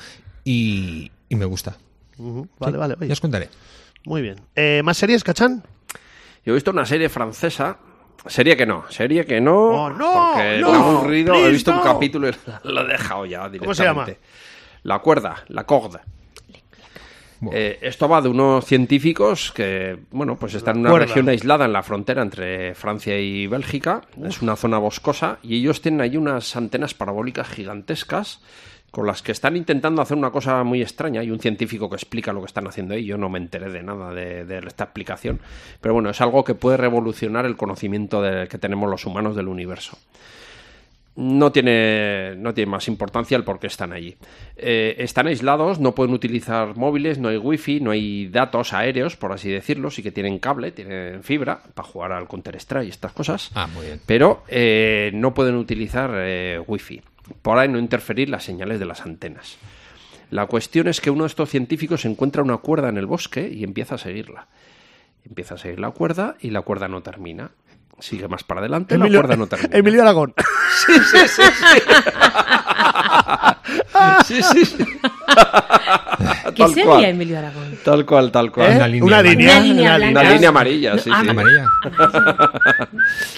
Speaker 2: y, y me gusta.
Speaker 1: Ujú, Vale,
Speaker 2: Sí,
Speaker 1: vale, oye,
Speaker 2: Ya os contaré.
Speaker 1: muy bien. Eh, ¿Más series, Cachán?
Speaker 4: Yo he visto una serie francesa. Serie que no, serie que no.
Speaker 1: Oh, no,
Speaker 4: porque
Speaker 1: no,
Speaker 4: me ha aburrido.
Speaker 1: please,
Speaker 4: he visto
Speaker 1: no.
Speaker 4: un capítulo y lo he dejado ya directamente.
Speaker 1: ¿Cómo se llama?
Speaker 4: La cuerda, la corda.
Speaker 2: Bueno.
Speaker 4: Eh, esto va de unos científicos que, bueno, pues están en una
Speaker 1: cuerda.
Speaker 4: región aislada en la frontera entre Francia y Bélgica. Es una zona boscosa y ellos tienen ahí unas antenas parabólicas gigantescas con las que están intentando hacer una cosa muy extraña. Hay un científico que explica lo que están haciendo ahí. Yo no me enteré de nada de, de esta explicación. Pero bueno, es algo que puede revolucionar el conocimiento de- que tenemos los humanos del universo no tiene, no tiene más importancia el por qué están allí. Eh, están aislados, no pueden utilizar móviles, no hay wifi, no hay datos aéreos, por así decirlo. Sí que tienen cable, tienen fibra para jugar al Counter-Strike y estas cosas.
Speaker 2: Ah, muy bien.
Speaker 4: Pero eh, no pueden utilizar eh, wifi para no interferir las señales de las antenas. La cuestión es que uno de estos científicos encuentra una cuerda en el bosque y empieza a seguirla. Empieza a seguir la cuerda y la cuerda no termina. Sigue más para adelante, la cuerda no termina.
Speaker 1: Emilio Aragón.
Speaker 4: Sí, sí, sí.
Speaker 3: ¿Qué
Speaker 4: Tal
Speaker 3: sería
Speaker 4: cual.
Speaker 3: Emilio Aragón?
Speaker 4: Tal cual, tal cual.
Speaker 2: Una
Speaker 1: ¿Eh?
Speaker 2: línea
Speaker 1: Una
Speaker 2: blanca.
Speaker 1: línea,
Speaker 3: Una línea blanca.
Speaker 4: Una línea amarilla, sí,
Speaker 3: Ah,
Speaker 4: sí.
Speaker 2: Amarilla.
Speaker 3: Que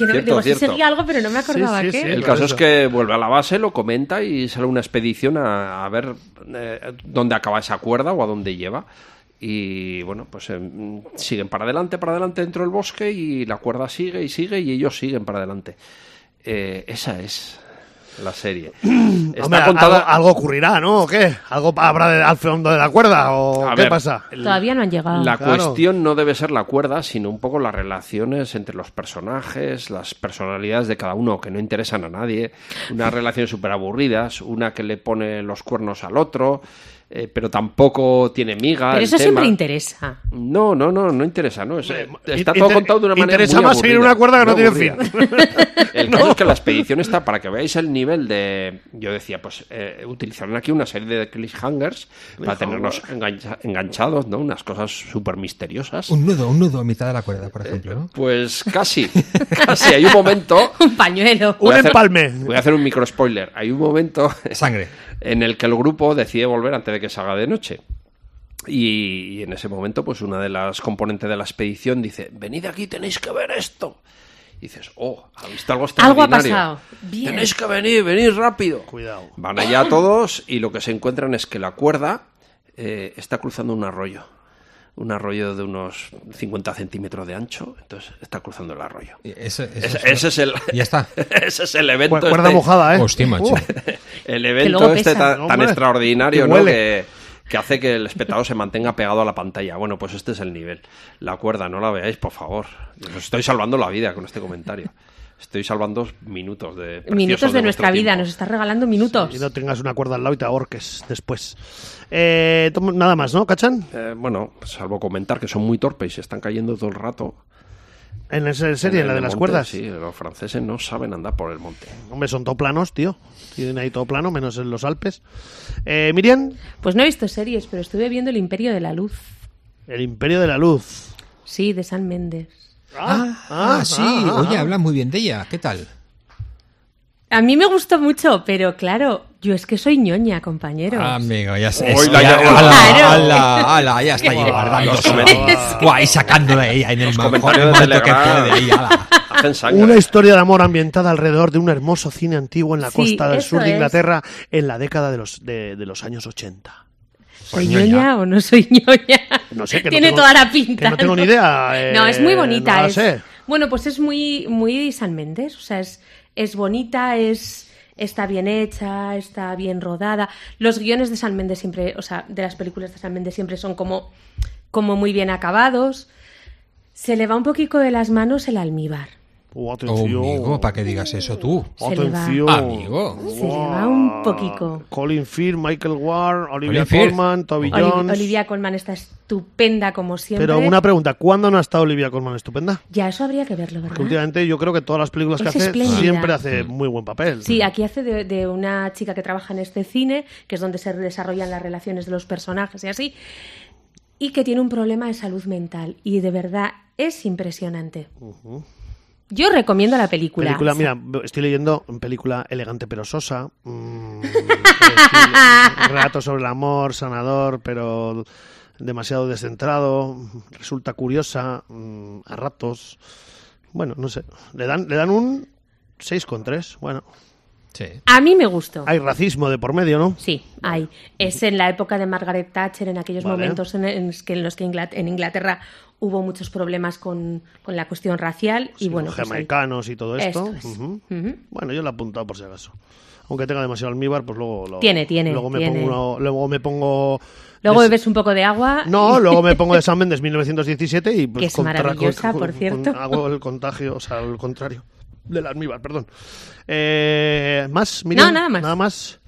Speaker 3: no-
Speaker 4: Cierto,
Speaker 3: digo, sí
Speaker 4: cierto.
Speaker 3: sería algo, pero no me acordaba
Speaker 1: Sí, sí,
Speaker 3: qué.
Speaker 1: sí.
Speaker 4: El
Speaker 1: por
Speaker 4: caso es
Speaker 1: eso.
Speaker 4: que vuelve a la base, lo comenta y sale una expedición a, a ver eh, dónde acaba esa cuerda o a dónde lleva. Y bueno, pues eh, mm, siguen para adelante, para adelante dentro del bosque y la cuerda sigue y sigue y ellos siguen para adelante. Eh, esa es la serie. Está
Speaker 1: Hombre,
Speaker 4: contada-
Speaker 1: algo, algo ocurrirá, ¿no? ¿O qué? ¿Algo habrá de- al fondo de la cuerda? ¿O
Speaker 4: A
Speaker 1: qué
Speaker 4: ver,
Speaker 1: pasa?
Speaker 3: Todavía no han llegado.
Speaker 4: La
Speaker 1: Claro.
Speaker 4: cuestión no debe ser la cuerda, sino un poco las relaciones entre los personajes, las personalidades de cada uno que no interesan a nadie, unas relaciones súper aburridas, una que le pone los cuernos al otro, eh, pero tampoco tiene miga.
Speaker 3: pero
Speaker 4: el
Speaker 3: eso siempre
Speaker 4: tema.
Speaker 3: interesa.
Speaker 4: No, no, no, no interesa, ¿no? Es- eh, está
Speaker 1: Inter-
Speaker 4: todo contado de una manera
Speaker 1: interesa
Speaker 4: muy
Speaker 1: más seguir
Speaker 4: aburrida,
Speaker 1: una cuerda que
Speaker 4: muy
Speaker 1: no tiene
Speaker 4: aburrida. El caso es que la expedición está, para que veáis el nivel de... Yo decía, pues eh, utilizarán aquí una serie de cliffhangers para tenernos engancha- enganchados, ¿no? Unas cosas súper misteriosas.
Speaker 2: Un nudo, un nudo a mitad de la cuerda, por ejemplo. ¿no?
Speaker 4: Pues casi, casi. Hay un momento...
Speaker 3: Un pañuelo.
Speaker 1: Un
Speaker 4: voy a hacer-
Speaker 1: empalme.
Speaker 4: Voy a hacer un micro spoiler. Hay un momento
Speaker 2: Sangre.
Speaker 4: en el que el grupo decide volver antes de que se haga de noche. Y, y en ese momento, pues una de las componentes de la expedición dice, venid aquí, tenéis que ver esto. Y dices, oh, ha visto
Speaker 3: Algo
Speaker 4: algo extraordinario.
Speaker 3: ha pasado. Bien.
Speaker 4: Tenéis que venir, venid rápido.
Speaker 1: Cuidado.
Speaker 4: Van allá todos y lo que se encuentran es que la cuerda eh, está cruzando un arroyo. Un arroyo de unos 50 centímetros de ancho, entonces está cruzando el arroyo.
Speaker 2: Ese, ese
Speaker 4: Ese,
Speaker 2: es-
Speaker 4: ese es el,
Speaker 2: Ya está.
Speaker 4: ese es el evento.
Speaker 1: Cu- cuerda
Speaker 4: este-
Speaker 1: mojada, ¿eh?
Speaker 2: Hostia, macho.
Speaker 4: el
Speaker 3: Que
Speaker 4: evento
Speaker 3: luego
Speaker 4: este
Speaker 3: pesa.
Speaker 4: tan,
Speaker 1: No,
Speaker 4: tan
Speaker 1: hombre.
Speaker 4: extraordinario,
Speaker 1: Que
Speaker 4: ¿no?
Speaker 1: huele.
Speaker 4: Que, que hace que el espectador se mantenga pegado a la pantalla. Bueno, pues este es el nivel. La cuerda, no la veáis, por favor. Os estoy salvando la vida con este comentario. Estoy salvando minutos de preciosos
Speaker 3: Minutos de, nuestra
Speaker 4: vuestro
Speaker 3: vida,
Speaker 4: tiempo.
Speaker 3: nos estás regalando minutos.
Speaker 1: Y no tengas una cuerda al lado y te ahorques después. Eh, tom- nada más, ¿no, Cachán?
Speaker 4: Eh, bueno, salvo comentar que son muy torpes y se están cayendo todo el rato.
Speaker 1: En esa serie, en, la
Speaker 4: el
Speaker 1: de las
Speaker 4: monte,
Speaker 1: cuerdas.
Speaker 4: Sí, los franceses no saben andar por el monte.
Speaker 1: Hombre, son toplanos, tío. Tienen ahí todo plano, menos en los Alpes. Eh, Miriam,
Speaker 3: Pues no he visto series, pero estuve viendo El Imperio de la Luz.
Speaker 1: el imperio de la luz.
Speaker 3: Sí, de San Méndez.
Speaker 2: Ah, ah, sí. Oye, habla muy bien de ella. ¿Qué tal?
Speaker 3: A mí me gustó mucho, pero claro, yo es que soy ñoña, compañero.
Speaker 1: Ah,
Speaker 2: Amigo, Ah, ya sé.
Speaker 4: Hoy
Speaker 2: eso,
Speaker 4: la
Speaker 2: ya-
Speaker 4: llegó.
Speaker 2: ala,
Speaker 3: Claro.
Speaker 2: ala, ala, ya está ahí guardando
Speaker 4: los
Speaker 2: su-
Speaker 4: comentarios.
Speaker 2: Guau, y sacándola de ella en el mejor
Speaker 4: comentarios de
Speaker 2: momento que
Speaker 4: Telegram.
Speaker 2: puede. ahí, ala.
Speaker 4: Hacen sangre.
Speaker 1: Una historia de amor ambientada alrededor de un hermoso cine antiguo en la
Speaker 3: Sí,
Speaker 1: costa del
Speaker 3: eso
Speaker 1: sur de
Speaker 3: es.
Speaker 1: Inglaterra en la década de los, de, de los años 80.
Speaker 3: ¿Soy
Speaker 2: Pues ñoña.
Speaker 3: ñoña o no soy ñoña?
Speaker 1: No sé, que no
Speaker 3: Tiene
Speaker 1: tengo-
Speaker 3: toda la pinta.
Speaker 1: que no tengo ni idea, eh,
Speaker 3: no, es muy bonita.
Speaker 1: no la
Speaker 3: es-
Speaker 1: sé.
Speaker 3: Bueno, pues es muy, muy San Méndez. O sea, es, es bonita, es está bien hecha, está bien rodada. Los guiones de San Méndez siempre, o sea, de las películas de San Méndez siempre son como, como muy bien acabados. Se le va un poquito de las manos el almíbar.
Speaker 1: Oh,
Speaker 2: Oh,
Speaker 1: atención.
Speaker 2: amigo, para que digas eso tú.
Speaker 3: Se le va.
Speaker 1: Atención.
Speaker 2: Amigo.
Speaker 3: Se le va un poquico.
Speaker 1: Colin Firth, Michael Ward, Olivia
Speaker 2: Colin Firth.
Speaker 1: Colman, Toby
Speaker 3: Oli-
Speaker 1: Jones.
Speaker 3: Olivia Colman está estupenda como siempre.
Speaker 1: Pero una pregunta, ¿cuándo no ha estado Olivia Colman estupenda?
Speaker 3: Ya, eso habría que verlo,
Speaker 1: Porque
Speaker 3: ¿verdad?
Speaker 1: últimamente yo creo que todas las películas que
Speaker 3: Es
Speaker 1: hace
Speaker 3: espléndida.
Speaker 1: siempre hace muy buen papel.
Speaker 3: Sí, aquí hace de, de una chica que trabaja en este cine, que es donde se desarrollan las relaciones de los personajes y así, y que tiene un problema de salud mental. Y de verdad es impresionante. Yo recomiendo la película.
Speaker 1: Película, mira, estoy leyendo película elegante pero sosa. mm, es decir, relato sobre el amor, sanador, pero demasiado descentrado. Resulta curiosa mm, a ratos. Bueno, no sé. Le dan, le dan un 6,3. Bueno,
Speaker 2: Sí.
Speaker 3: A mí me gustó.
Speaker 1: hay racismo de por medio, ¿no?
Speaker 3: Sí, hay. Es en la época de Margaret Thatcher, en aquellos
Speaker 1: Vale.
Speaker 3: momentos en, en los que, en los que Ingla- en Inglaterra hubo muchos problemas con, con la cuestión racial. y
Speaker 1: Sí,
Speaker 3: bueno,
Speaker 1: los
Speaker 3: pues ahí-
Speaker 1: jamaicanos y todo esto.
Speaker 3: Esto es.
Speaker 1: Ujú.
Speaker 3: Ujú.
Speaker 1: Bueno, yo lo he apuntado por si acaso. Aunque tenga demasiado almíbar, pues luego lo-
Speaker 3: Tiene, tiene,
Speaker 1: Luego me
Speaker 3: tiene.
Speaker 1: pongo, uno- luego me pongo
Speaker 3: Luego
Speaker 1: des-
Speaker 3: bebes un poco de agua.
Speaker 1: No, luego me pongo de San Mendes 1917 y pues
Speaker 3: Que es maravillosa, por cierto.
Speaker 1: hago el contagio, o sea, el contrario del almíbar, perdón. Eh, más, Miriam?
Speaker 3: No, nada más.
Speaker 1: Nada más.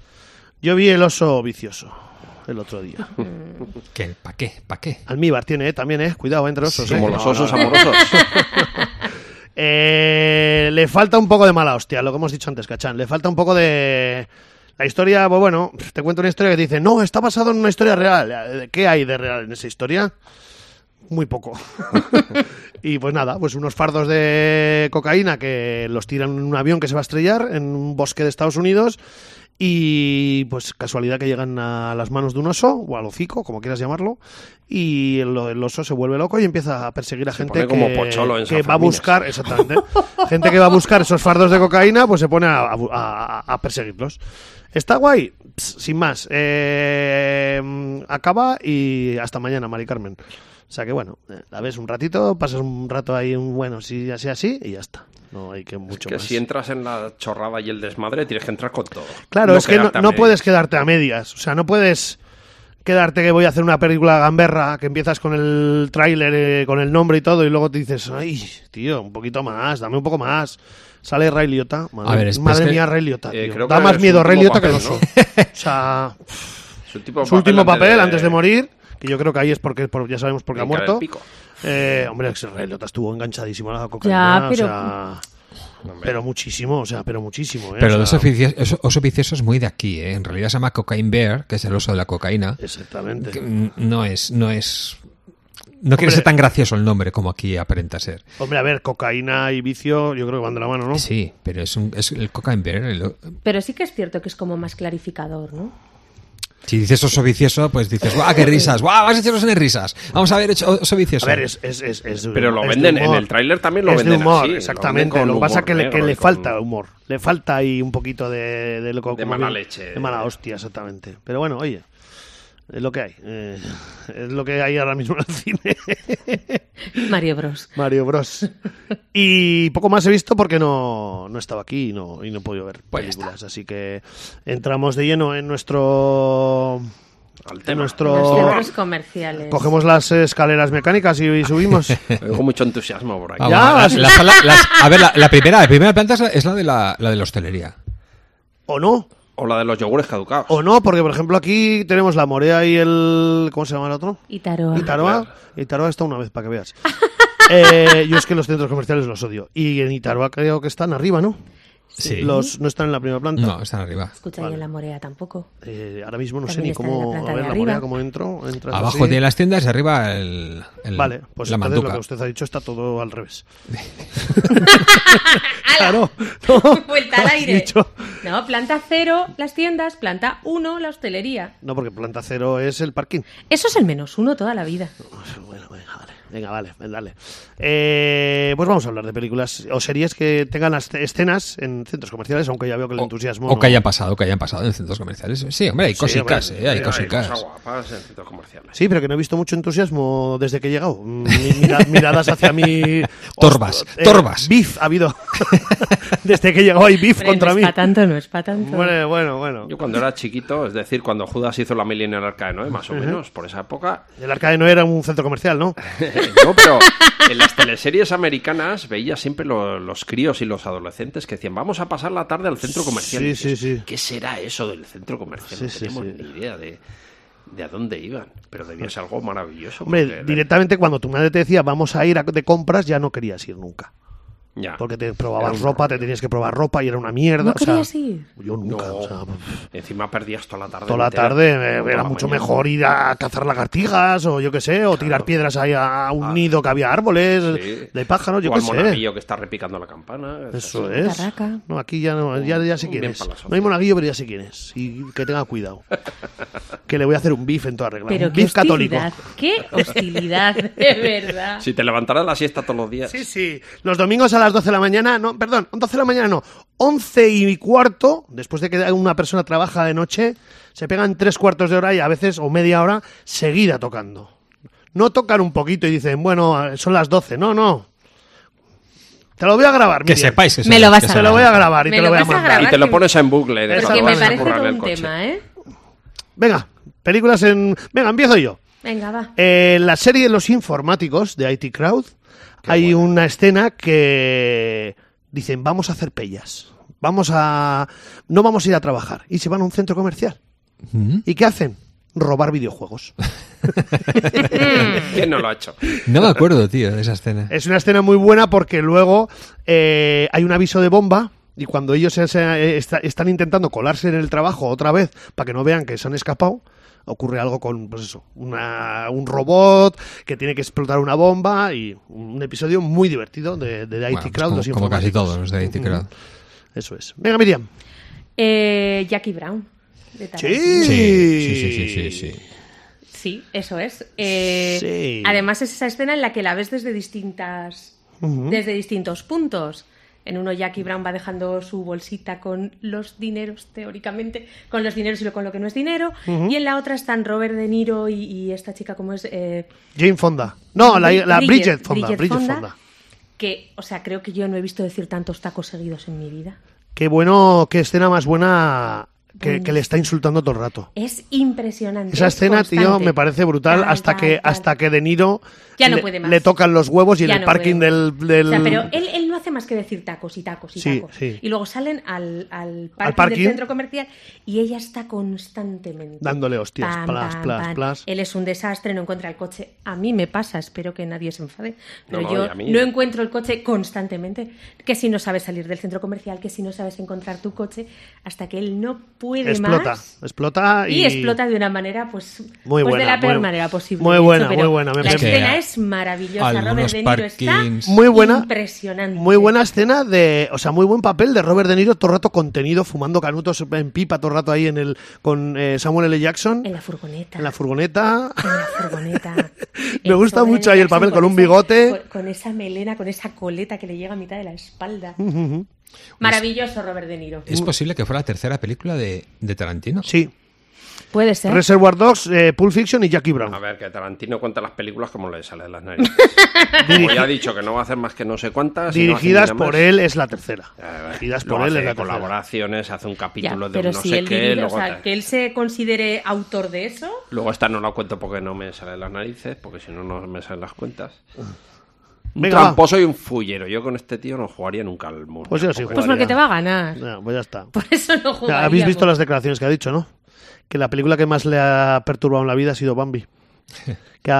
Speaker 1: Yo vi el oso vicioso el otro día.
Speaker 2: ¿Qué? ¿Para qué? ¿Para qué?
Speaker 1: Almíbar tiene eh, también, eh, cuidado entre osos, eh.
Speaker 4: Como los
Speaker 1: No, no,
Speaker 4: osos
Speaker 1: no.
Speaker 4: amorosos.
Speaker 1: Eh, le falta un poco de mala hostia, lo que hemos dicho antes, Cachán. Le falta un poco de. La historia, pues bueno, te cuento una historia que te dice, no, está basado en una historia real. ¿Qué hay de real en esa historia? Muy poco. y pues nada, pues unos fardos de cocaína que los tiran en un avión que se va a estrellar en un bosque de Estados Unidos y pues casualidad que llegan a las manos de un oso o al hocico, como quieras llamarlo, y el, el oso se vuelve loco y empieza a perseguir a gente
Speaker 4: pone como
Speaker 1: que,
Speaker 4: pocholo en San
Speaker 1: que va a
Speaker 4: Fermín.
Speaker 1: buscar, exactamente, gente que va a buscar esos fardos de cocaína, pues se pone a, a- a- a perseguirlos. Está guay, Ps, sin más. Eh, mm, acaba y hasta mañana, Mari Carmen. O sea que bueno, eh, la ves un ratito, pasas un rato ahí, un bueno, si así, así, y ya está. No hay que mucho
Speaker 4: que
Speaker 1: más.
Speaker 4: si entras en la chorrada y el desmadre, tienes que entrar con todo.
Speaker 1: Claro, es que no,
Speaker 4: quedarte a
Speaker 1: no
Speaker 4: medias.
Speaker 1: puedes quedarte a medias. O sea, no puedes quedarte que voy a hacer una película gamberra, que empiezas con el tráiler, eh, con el nombre y todo, y luego te dices, ay, tío, un poquito más, dame un poco más. Sale Ray Liotta. Madre,
Speaker 2: A ver, es-
Speaker 1: madre
Speaker 2: es que-
Speaker 1: mía, Ray Liotta.
Speaker 4: eh,
Speaker 1: tío.
Speaker 4: creo
Speaker 1: da
Speaker 4: que
Speaker 1: más
Speaker 4: es
Speaker 1: miedo
Speaker 4: su
Speaker 1: Ray
Speaker 4: último
Speaker 1: Liotta que el
Speaker 4: papel,
Speaker 1: oso. O sea,
Speaker 4: Su, tipo
Speaker 1: su último papel antes de morir, que yo creo que ahí es porque por- ya sabemos por qué ha
Speaker 4: Brincar el
Speaker 1: muerto.
Speaker 4: pico.
Speaker 1: Eh, hombre, es que Ray Liotta estuvo enganchadísimo a la cocaína.
Speaker 3: Ya, pero-
Speaker 1: o sea, pero muchísimo, o sea, pero muchísimo. eh,
Speaker 2: Pero
Speaker 1: o
Speaker 2: el
Speaker 1: sea,
Speaker 2: oso vicioso, oso- oso vicioso es muy de aquí, ¿eh? En realidad se llama Cocaine Bear, que es el oso de la cocaína.
Speaker 1: Exactamente.
Speaker 2: Que, mm, No es, no es... No quiere ser tan gracioso el nombre como aquí aparenta ser.
Speaker 1: Hombre, a ver, cocaína y vicio, yo creo que van de la mano, ¿no?
Speaker 2: Sí, pero es, un, es el Cocaine Bear. el-
Speaker 3: Pero sí que es cierto que es como más clarificador, ¿no?
Speaker 2: si dices oso vicioso, pues dices, ¡guau, qué risas! ¡Guau, vas a echarnos en risas! Vamos a ver, ocho- oso
Speaker 1: A
Speaker 2: vicioso.
Speaker 1: ver, es, es, es, es de
Speaker 4: Pero lo
Speaker 1: humor, es de
Speaker 4: venden, en
Speaker 1: humor.
Speaker 4: el tráiler también lo
Speaker 1: Es
Speaker 4: venden
Speaker 1: de humor,
Speaker 4: así, lo
Speaker 1: exactamente.
Speaker 4: venden con
Speaker 1: Lo que pasa es que, le,
Speaker 4: humor
Speaker 1: que le
Speaker 4: negro y con-
Speaker 1: falta humor. Le falta ahí un poquito de... De, lo que-
Speaker 4: De
Speaker 1: como
Speaker 4: mala leche.
Speaker 1: De mala hostia, exactamente. Pero bueno, oye, es lo que hay. eh, es lo que hay ahora mismo en el cine.
Speaker 3: Mario Bros.
Speaker 1: Mario Bros. Y poco más he visto porque no, no estaba aquí y no, y no he podido ver
Speaker 2: Pues ya
Speaker 1: películas. Así que entramos de lleno en nuestro...
Speaker 4: Al
Speaker 1: En
Speaker 4: tema.
Speaker 3: Los
Speaker 1: nuestro...
Speaker 3: centros comerciales.
Speaker 1: Cogemos las escaleras mecánicas y subimos.
Speaker 4: Oigo mucho entusiasmo por
Speaker 2: Vamos,
Speaker 4: aquí.
Speaker 1: Ya,
Speaker 2: la-
Speaker 1: sí.
Speaker 2: la sala- Ah, las- a ver, la, la primera, la primera planta es la, es la de la, la de la hostelería.
Speaker 1: ¿O no?
Speaker 4: O la de los yogures caducados.
Speaker 1: ¿O no? Porque, por ejemplo, aquí tenemos la Morea y el... ¿Cómo se llama el otro?
Speaker 3: Y Taroa.
Speaker 1: Itaroa. Itaroa está una vez, para que veas. Eh, yo es que los centros comerciales los odio. Y en Itaroa creo que están arriba, ¿no?
Speaker 2: Sí.
Speaker 1: Los, no están en la primera planta.
Speaker 2: No, están arriba.
Speaker 3: Escucha, y en la Morea tampoco.
Speaker 1: Eh, ahora mismo no sé ni
Speaker 3: También está en la
Speaker 1: cómo...
Speaker 3: planta
Speaker 1: A ver,
Speaker 3: de
Speaker 1: la
Speaker 3: arriba.
Speaker 1: Morea, cómo entro. Entras
Speaker 2: Abajo
Speaker 1: así.
Speaker 2: de las tiendas y arriba el, el-
Speaker 1: Vale, pues
Speaker 2: la
Speaker 1: entonces lo
Speaker 2: manduca.
Speaker 1: que usted ha dicho está todo al revés. claro. no.
Speaker 3: Vuelta al aire.
Speaker 1: Has dicho-
Speaker 3: No, planta cero las tiendas, planta uno la hostelería.
Speaker 1: No, porque planta cero es el parking.
Speaker 3: Eso es el menos uno toda la vida.
Speaker 1: Pues Bueno, venga, vale. Venga, vale, pues dale. Eh, pues vamos a hablar de películas o series que tengan las escenas en centros comerciales, aunque ya veo que el
Speaker 2: O-
Speaker 1: entusiasmo.
Speaker 2: O,
Speaker 1: no-
Speaker 2: que hayan pasado, que hayan pasado en centros comerciales. Sí, hombre, hay cositas,
Speaker 1: hombre,
Speaker 2: eh, hay
Speaker 4: Hay
Speaker 2: cositas.
Speaker 4: cosas guapas en centros comerciales.
Speaker 1: Sí, pero que no he visto mucho entusiasmo desde que he llegado. Mm, mi- mira- miradas hacia mí.
Speaker 2: Torbas,
Speaker 1: Ostras,
Speaker 2: torbas.
Speaker 1: Beef ha habido. desde que he llegado hay beef
Speaker 3: Hombre,
Speaker 1: contra
Speaker 3: no
Speaker 1: mí.
Speaker 3: es para tanto, no es para tanto.
Speaker 1: Bueno, bueno, bueno.
Speaker 4: Yo cuando era chiquito, es decir, cuando Judas hizo la Millennial Arca de Noé, más o menos, por esa época,
Speaker 2: Eh,
Speaker 4: eh,
Speaker 1: El arcade no era un centro comercial, ¿no?
Speaker 4: No, pero en las teleseries americanas veía siempre lo- los críos y los adolescentes que decían, vamos a pasar la tarde al centro comercial.
Speaker 1: Sí,
Speaker 4: Y dices,
Speaker 1: sí, sí.
Speaker 4: ¿Qué será eso del centro comercial?
Speaker 1: Sí,
Speaker 4: no
Speaker 1: sí,
Speaker 4: tenemos
Speaker 1: sí. Pues
Speaker 4: ni idea de, de a dónde iban, pero debía ser algo maravilloso. porque
Speaker 1: Hombre,
Speaker 4: de-
Speaker 1: directamente cuando tu madre te decía vamos a ir a- de compras, ya no querías ir nunca.
Speaker 4: Ya.
Speaker 1: Porque te
Speaker 4: Ah. Era
Speaker 1: probabas
Speaker 4: un
Speaker 1: ropa, te tenías que probar ropa y era una mierda.
Speaker 3: ¿No
Speaker 1: o sea,
Speaker 3: querías ir?
Speaker 1: Yo nunca.
Speaker 4: No.
Speaker 1: o sea,
Speaker 4: Encima perdías toda la tarde.
Speaker 1: toda la
Speaker 4: entera,
Speaker 1: tarde
Speaker 4: o
Speaker 1: eh,
Speaker 4: toda
Speaker 1: era
Speaker 4: la
Speaker 1: mucho
Speaker 4: mañana.
Speaker 1: mejor ir a cazar lagartijas o yo qué sé, o tirar piedras ahí a un nido que había árboles
Speaker 4: Ah. Sí.
Speaker 1: de pájaros, yo
Speaker 4: O
Speaker 1: qué
Speaker 4: al
Speaker 1: sé.
Speaker 4: monaguillo que está repicando la campana.
Speaker 1: Eso
Speaker 4: Esas-
Speaker 1: es.
Speaker 3: Tarraca.
Speaker 1: No, aquí ya no, ya, ya sé quién
Speaker 4: Bien
Speaker 1: es.
Speaker 4: para la socia.
Speaker 1: No hay monaguillo, pero ya sé quién es. Y que tenga cuidado. que le voy a hacer un bif en toda regla.
Speaker 3: Pero
Speaker 1: un
Speaker 3: qué
Speaker 1: bif católico.
Speaker 3: hostilidad, qué hostilidad, de verdad.
Speaker 4: Si te levantarás la siesta todos los días.
Speaker 1: Sí, sí. Los domingos a las 12 de la mañana, no, perdón, 12 de la mañana no, 11 y cuarto, después de que una persona trabaja de noche, se pegan tres cuartos de hora y a veces, o media hora, seguida tocando. No tocan un poquito y dicen, bueno, son las 12. No, no. Te lo voy a grabar,
Speaker 2: Que
Speaker 1: Miriam.
Speaker 2: sepáis que
Speaker 3: Me lo vas
Speaker 2: que
Speaker 3: a
Speaker 1: Te lo voy a grabar y
Speaker 3: Me
Speaker 1: te
Speaker 3: lo
Speaker 1: lo voy a
Speaker 3: vas a
Speaker 1: mandar.
Speaker 4: Y te lo pones en bucle. de
Speaker 1: Eso
Speaker 3: Porque Pues
Speaker 4: cuando
Speaker 3: me
Speaker 4: vayas a
Speaker 3: parece
Speaker 4: currar
Speaker 3: todo
Speaker 4: el
Speaker 3: un
Speaker 4: coche.
Speaker 3: tema, ¿eh?
Speaker 1: Venga, películas en... Venga, empiezo yo.
Speaker 3: Venga, va.
Speaker 1: Eh, En la serie Los Informáticos de IT Crowd hay una escena que dicen vamos a hacer pellas, vamos a no vamos a ir a trabajar y se van a un centro comercial. ¿Y qué hacen? Robar videojuegos.
Speaker 4: ¿Quién no lo ha hecho?
Speaker 2: No me acuerdo, tío, de esa escena.
Speaker 1: es una escena muy buena porque luego eh, hay un aviso de bomba y cuando ellos se- se- está- están intentando colarse en el trabajo otra vez para que no vean que se han escapado, ocurre algo con pues eso, una- un robot que tiene que explotar una bomba y un episodio muy divertido de, de IT
Speaker 2: Bueno, pues
Speaker 1: Crowd.
Speaker 2: como,
Speaker 1: los
Speaker 2: como casi
Speaker 1: informáticos.
Speaker 2: todos los de IT Crowd.
Speaker 1: Eso es. Venga, Miriam.
Speaker 3: Eh, Jackie Brown. de Tarantino.
Speaker 1: Sí.
Speaker 2: Sí, sí, sí, sí, sí, sí.
Speaker 3: Sí, eso es. Eh,
Speaker 1: Sí.
Speaker 3: Además es esa escena en la que la ves desde distintas, desde distintos puntos. En uno Jackie Brown va dejando su bolsita con los dineros, teóricamente, con los dineros y lo- con lo que no es dinero. Y en la otra están Robert De Niro y, y esta chica, ¿cómo es? Eh,
Speaker 1: Jane Fonda. No, la, la Bridget, Fonda.
Speaker 3: Bridget
Speaker 1: Bridget
Speaker 3: Fonda,
Speaker 1: Fonda.
Speaker 3: Que, o sea, creo que yo no he visto decir tantos tacos seguidos en mi vida.
Speaker 1: Qué bueno, qué escena más buena
Speaker 3: Pues
Speaker 1: que, que le está insultando todo el rato.
Speaker 3: Es impresionante.
Speaker 1: Esa
Speaker 3: es
Speaker 1: escena, tío,
Speaker 3: constante.
Speaker 1: me parece brutal
Speaker 3: Tal,
Speaker 1: hasta
Speaker 3: tal,
Speaker 1: que
Speaker 3: tal.
Speaker 1: hasta que De Niro
Speaker 3: Ya no
Speaker 1: le,
Speaker 3: puede más.
Speaker 1: le tocan los huevos y en
Speaker 3: Ya
Speaker 1: el
Speaker 3: no
Speaker 1: parking
Speaker 3: puede.
Speaker 1: del, del-
Speaker 3: O sea, pero él, él no hace más que decir tacos y tacos y
Speaker 1: Sí,
Speaker 3: tacos.
Speaker 1: sí.
Speaker 3: Y luego salen al, al, parking
Speaker 1: parking.
Speaker 3: del centro comercial y ella está constantemente.
Speaker 1: Dándole hostias, plas, plas, plas.
Speaker 3: Él es un desastre, no encuentra el coche. A mí me pasa, espero que nadie se enfade. Pero
Speaker 4: No, no, y a
Speaker 3: yo
Speaker 4: mí.
Speaker 3: no encuentro el coche constantemente. Que si no sabes salir del centro comercial, que si no sabes encontrar tu coche, hasta que él no puede
Speaker 1: explota,
Speaker 3: más.
Speaker 1: explota y,
Speaker 3: Y explota de una manera, pues,
Speaker 1: Muy
Speaker 3: pues
Speaker 1: buena,
Speaker 3: de la peor
Speaker 1: muy-
Speaker 3: manera posible.
Speaker 1: muy
Speaker 3: de hecho,
Speaker 1: buena,
Speaker 3: pero
Speaker 1: muy buena, me
Speaker 3: La
Speaker 2: parece.
Speaker 3: escena
Speaker 2: Que
Speaker 3: es maravillosa.
Speaker 2: algunos
Speaker 3: Robert De Niro
Speaker 2: parkings-
Speaker 3: está
Speaker 1: Muy buena.
Speaker 3: impresionante.
Speaker 1: muy buena escena de, o sea, muy buen papel de Robert De Niro todo el rato contenido fumando canutos en pipa todo el rato ahí en el con eh, Samuel L. Jackson
Speaker 3: En la furgoneta.
Speaker 1: en la furgoneta.
Speaker 3: en la furgoneta.
Speaker 1: Me
Speaker 3: El
Speaker 1: gusta
Speaker 3: Samuel
Speaker 1: mucho
Speaker 3: L.
Speaker 1: ahí el
Speaker 3: Jackson
Speaker 1: papel con un
Speaker 3: esa-
Speaker 1: bigote.
Speaker 3: Con, con esa melena, con esa coleta que le llega a mitad de la espalda. Maravilloso Robert De Niro.
Speaker 2: ¿Es posible que fuera la tercera película de, de Tarantino?
Speaker 1: Sí.
Speaker 3: Puede ser.
Speaker 1: Reservoir Dogs, eh, Pulp Fiction y Jackie Brown.
Speaker 4: A ver, que Tarantino cuenta las películas como le sale de las narices.
Speaker 1: Dirigi-
Speaker 4: como ya ha dicho que no va a hacer más que no sé cuántas. y no hace
Speaker 1: dirigidas
Speaker 4: ninguna
Speaker 1: por
Speaker 4: más.
Speaker 1: él es la tercera.
Speaker 4: Eh,
Speaker 1: Dirigidas
Speaker 4: luego
Speaker 1: por él
Speaker 4: hace
Speaker 1: es la tercera.
Speaker 4: colaboraciones, hace un
Speaker 3: Ya,
Speaker 4: capítulo de
Speaker 3: pero
Speaker 4: un no
Speaker 3: si
Speaker 4: sé
Speaker 3: él
Speaker 4: qué.
Speaker 3: dirige, o
Speaker 4: luego
Speaker 3: sea,
Speaker 4: tal.
Speaker 3: que él se considere autor de eso.
Speaker 4: Luego esta no la cuento porque no me sale de las narices, porque si no, no me salen las cuentas. Un
Speaker 1: Venga, va.
Speaker 4: tramposo y un fullero. Yo con este tío no jugaría nunca al mundo.
Speaker 1: Pues yo sí
Speaker 3: Pues
Speaker 1: jugaría.
Speaker 3: porque te va a ganar.
Speaker 1: No, pues ya está.
Speaker 3: Por eso no
Speaker 1: Ya,
Speaker 3: jugaría.
Speaker 1: Habéis visto las declaraciones que ha dicho, ¿no? Que la película que más le ha perturbado en la vida ha sido Bambi. Que a,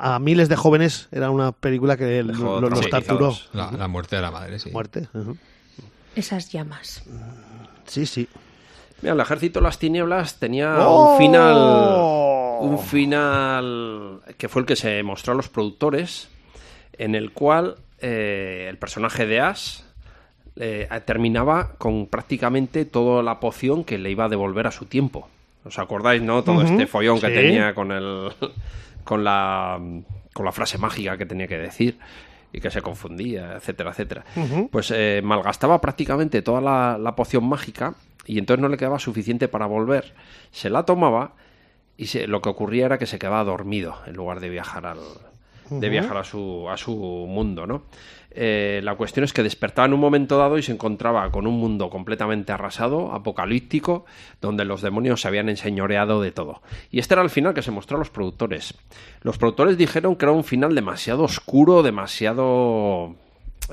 Speaker 1: a- a miles de jóvenes era una película que lo-
Speaker 4: Dejó
Speaker 1: lo- los
Speaker 4: traumatizados.
Speaker 1: torturó.
Speaker 2: La, la muerte de la madre, sí.
Speaker 1: Muerte. ujú.
Speaker 3: Esas llamas.
Speaker 1: Sí, sí.
Speaker 4: Mira, el ejército de las tinieblas tenía
Speaker 1: ¡Oh!
Speaker 4: un final. Un final que fue el que se mostró a los productores, en el cual eh, el personaje de Ash eh, terminaba con prácticamente toda la poción que le iba a devolver a su tiempo. ¿Os acordáis, no? Todo este follón que
Speaker 1: sí.
Speaker 4: tenía con el. con la. con la frase mágica que tenía que decir. Y que se confundía, etcétera, etcétera. Pues eh, malgastaba prácticamente toda la, la poción mágica. Y entonces no le quedaba suficiente para volver. Se la tomaba. Y se- lo que ocurría era que se quedaba dormido en lugar de viajar al, de viajar a su, a su mundo, ¿no? Eh, la cuestión es que despertaba en un momento dado y se encontraba con un mundo completamente arrasado, apocalíptico, donde los demonios se habían enseñoreado de todo. Y este era el final que se mostró a los productores. Los productores dijeron que era un final demasiado oscuro, demasiado...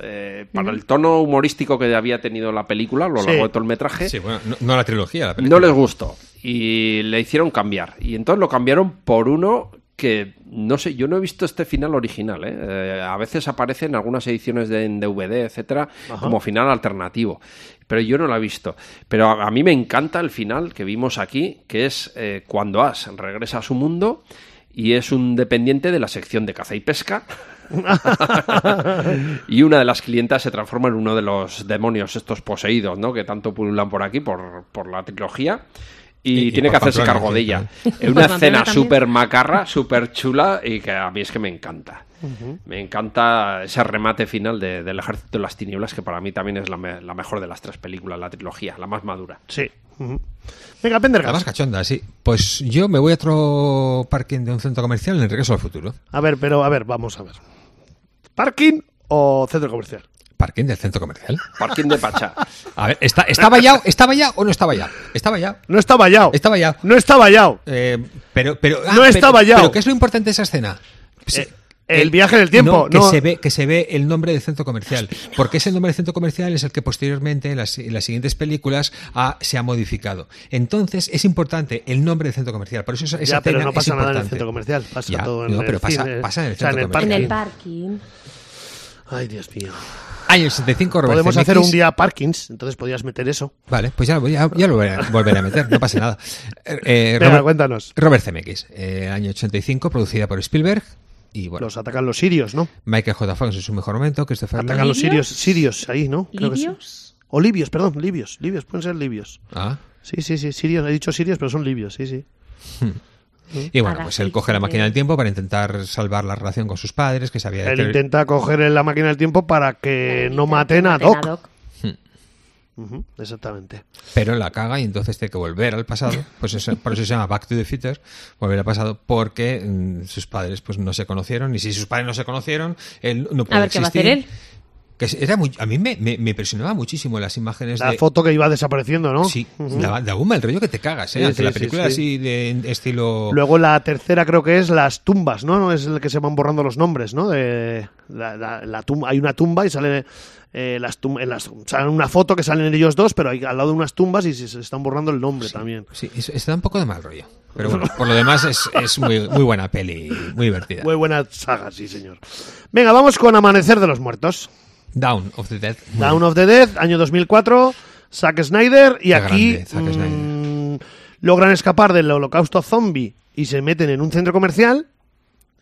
Speaker 4: eh, para el tono humorístico que había tenido la película a lo
Speaker 1: Sí.
Speaker 4: largo de todo el metraje,
Speaker 2: Sí, bueno, no, no la trilogía, la
Speaker 4: no
Speaker 2: película.
Speaker 4: les gustó y le hicieron cambiar. Y entonces lo cambiaron por uno que no sé, yo no he visto este final original. ¿eh? Eh, a veces aparece en algunas ediciones de en DVD, etcétera, como final alternativo. Pero yo no lo he visto. Pero a, a mí me encanta el final que vimos aquí, que es eh, cuando Ash regresa a su mundo y es un dependiente de la sección de caza y pesca. y una de las clientas se transforma en uno de los demonios estos poseídos, ¿no? Que tanto pululan por aquí, por, por la trilogía. Y,
Speaker 2: Y- y
Speaker 4: tiene que
Speaker 2: por
Speaker 4: hacerse
Speaker 2: Pamplona,
Speaker 4: cargo de
Speaker 2: sí,
Speaker 4: ella.
Speaker 3: claro.
Speaker 4: Es
Speaker 3: Y
Speaker 4: una
Speaker 3: por
Speaker 4: escena
Speaker 3: Pamplona también.
Speaker 4: súper macarra, súper chula y que a mí es que me encanta. Me encanta ese remate final de- del Ejército de las Tinieblas, que para mí también es la, me- la mejor de las tres películas, la trilogía, la más madura.
Speaker 1: Sí. Ujú. Venga,
Speaker 2: La más
Speaker 1: Pendergast.
Speaker 2: cachonda, sí. Pues yo me voy a otro parking de un centro comercial en el regreso al futuro.
Speaker 1: A ver, pero a ver, vamos a ver. ¿Parking o centro comercial?
Speaker 2: Parking del centro comercial.
Speaker 4: Parking de Pachá.
Speaker 2: A ver, ¿está, ¿estaba ya estaba ya o no estaba ya? Estaba ya.
Speaker 1: No está vallado.
Speaker 2: Está vallado.
Speaker 1: No está vallado.
Speaker 2: Eh, pero, pero,
Speaker 1: No
Speaker 2: pero-
Speaker 1: estaba ya.
Speaker 2: Pero ¿qué es lo importante de esa escena? Pues,
Speaker 1: Eh, el viaje en el tiempo,
Speaker 2: no, que
Speaker 1: no.
Speaker 2: se ve que se ve el nombre del centro comercial porque ese nombre del centro comercial es el que posteriormente en las, en las siguientes películas ha- se ha modificado entonces es importante el nombre del centro comercial por eso esa
Speaker 1: Ya, pero
Speaker 2: escena
Speaker 1: no
Speaker 2: es
Speaker 1: pasa nada en el
Speaker 2: importante.
Speaker 1: centro comercial. Pasa
Speaker 2: Ya,
Speaker 1: todo en
Speaker 2: no,
Speaker 1: el
Speaker 2: pero pasa-
Speaker 1: cine.
Speaker 2: pasa en el
Speaker 1: O sea,
Speaker 2: centro
Speaker 3: En
Speaker 2: comercial.
Speaker 3: el parking.
Speaker 1: Ay, Dios mío.
Speaker 2: año 75 Robert
Speaker 1: Podemos hacer
Speaker 2: Zemeckis.
Speaker 1: un día parkings, entonces podías meter eso.
Speaker 2: Vale, pues ya, lo voy a- ya lo voy a volver a meter, no pasa nada. Eh, eh,
Speaker 1: Venga, cuéntanos.
Speaker 2: Robert Zemeckis, eh, año 85, producida por Spielberg. Y bueno,
Speaker 1: Los atacan los sirios, ¿no?
Speaker 2: Michael J. Fox en su mejor momento, Christopher
Speaker 1: Atacan
Speaker 2: Lloyd.
Speaker 1: los sirios, sirios ahí, ¿no? que sí.
Speaker 3: ¿Libios?
Speaker 1: O libios, perdón, libios, libios, pueden ser libios.
Speaker 2: Ah,
Speaker 1: Sí, sí, sí, sirios, he dicho sirios, pero son libios, sí, sí. ¿Mm?
Speaker 2: Y bueno,
Speaker 3: Ahora
Speaker 2: pues
Speaker 3: sí,
Speaker 2: él coge la
Speaker 3: sí,
Speaker 2: máquina
Speaker 3: sí.
Speaker 2: del tiempo para intentar salvar la relación con sus padres, que se había
Speaker 1: Él
Speaker 2: deterior-
Speaker 1: intenta coger en la máquina del tiempo para que Eh, no maten a Doc. Ujú, exactamente.
Speaker 2: pero la caga y entonces tiene que volver al pasado. Pues eso, por eso se llama Back to the Future, volver al pasado, porque mm, sus padres pues no se conocieron y si sus padres no se conocieron, él no
Speaker 1: Eh,
Speaker 2: puede
Speaker 3: ver, ¿qué va a hacer
Speaker 2: existir.
Speaker 3: él?
Speaker 2: Que se- era muy- a mí me, me- me impresionaba muchísimo las imágenes
Speaker 1: La
Speaker 2: de,
Speaker 1: foto que iba desapareciendo, ¿no? Mm.
Speaker 2: Sí, da, da un mal rollo que te cagas, ¿eh?
Speaker 1: Sí,
Speaker 2: Ante
Speaker 1: sí,
Speaker 2: la
Speaker 1: sí,
Speaker 2: película
Speaker 1: sí.
Speaker 2: así de en estilo...
Speaker 1: Luego la tercera creo que es las tumbas, ¿no? Es el que se van borrando los nombres, ¿no? De la, la- la tumba, hay una tumba y sale eh, las, tum- en las- sale una foto que salen ellos dos, pero hay al lado de unas tumbas y se, se están borrando el nombre también.
Speaker 2: Sí, es- está un poco de mal rollo. Pero bueno, por lo demás es, es muy, muy buena peli, muy divertida.
Speaker 1: Muy buena saga, sí, señor. Venga, vamos con Amanecer de los Muertos.
Speaker 2: Down of the Dead. Muy
Speaker 1: Down of the Dead, año 2004, Zack Snyder, y
Speaker 2: Qué
Speaker 1: aquí
Speaker 2: grande, Zack Snyder.
Speaker 1: mm, logran escapar del holocausto zombie y se meten en un centro comercial.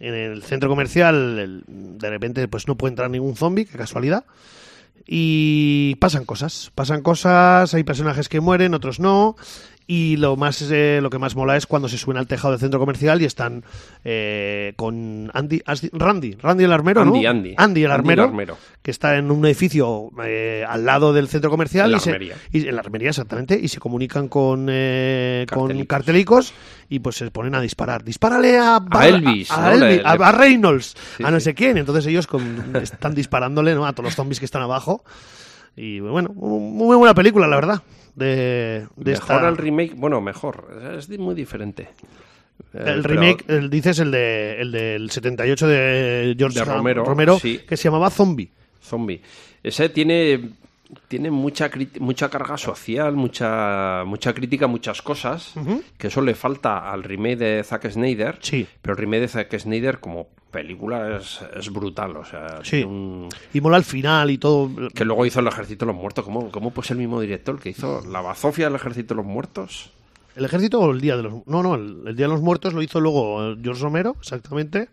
Speaker 1: En el centro comercial, el- de repente, pues no puede entrar ningún zombie, qué casualidad. Y pasan cosas, pasan cosas, hay personajes que mueren, otros no. Y lo más eh, lo que más mola es cuando se suben al tejado del centro comercial y están eh, con Andy, Asdi- Randy, Randy el armero,
Speaker 4: Andy,
Speaker 1: ¿no?
Speaker 4: Andy.
Speaker 1: Andy el
Speaker 4: Andy el
Speaker 1: armero,
Speaker 4: armero.
Speaker 1: que está en un edificio eh, al lado del centro comercial.
Speaker 4: En la
Speaker 1: y se-
Speaker 4: armería.
Speaker 1: y- en la armería, exactamente. Y se comunican con, eh, con
Speaker 4: Cartelicos.
Speaker 1: cartelicos y pues se ponen a disparar. Dispárale a, Bar-
Speaker 4: Elvis,
Speaker 1: a,
Speaker 4: ¿no? Le-
Speaker 1: Elvis, a-
Speaker 4: le-
Speaker 1: a Reynolds,
Speaker 4: Sí,
Speaker 1: a no
Speaker 4: sí.
Speaker 1: sé quién. Entonces ellos con- están disparándole ¿no? a todos los zombies que están abajo. Y bueno, muy, muy buena película, la verdad. De, de
Speaker 4: mejor
Speaker 1: esta-
Speaker 4: al remake, bueno, mejor, es di- muy diferente. Eh,
Speaker 1: El
Speaker 4: pero-
Speaker 1: remake, el- dices el, de, el del 78 de George
Speaker 4: De
Speaker 1: Sam-
Speaker 4: Romero, sí.
Speaker 1: que se llamaba Zombie.
Speaker 4: Zombie. Ese tiene, tiene mucha, crit- mucha carga social, mucha, mucha crítica, muchas cosas, que eso le falta al remake de Zack Snyder.
Speaker 1: Sí.
Speaker 4: Pero el remake de Zack Snyder como película es, es brutal, o sea,
Speaker 1: Sí.
Speaker 4: un-
Speaker 1: Y mola al final y todo.
Speaker 4: que luego hizo El Ejército de los Muertos. ¿Cómo, cómo pues el mismo director que hizo La Bazofia del Ejército de los Muertos?
Speaker 1: ¿El ejército o el Día de los No, no, el, el Día de los Muertos lo hizo luego eh, George Romero, exactamente.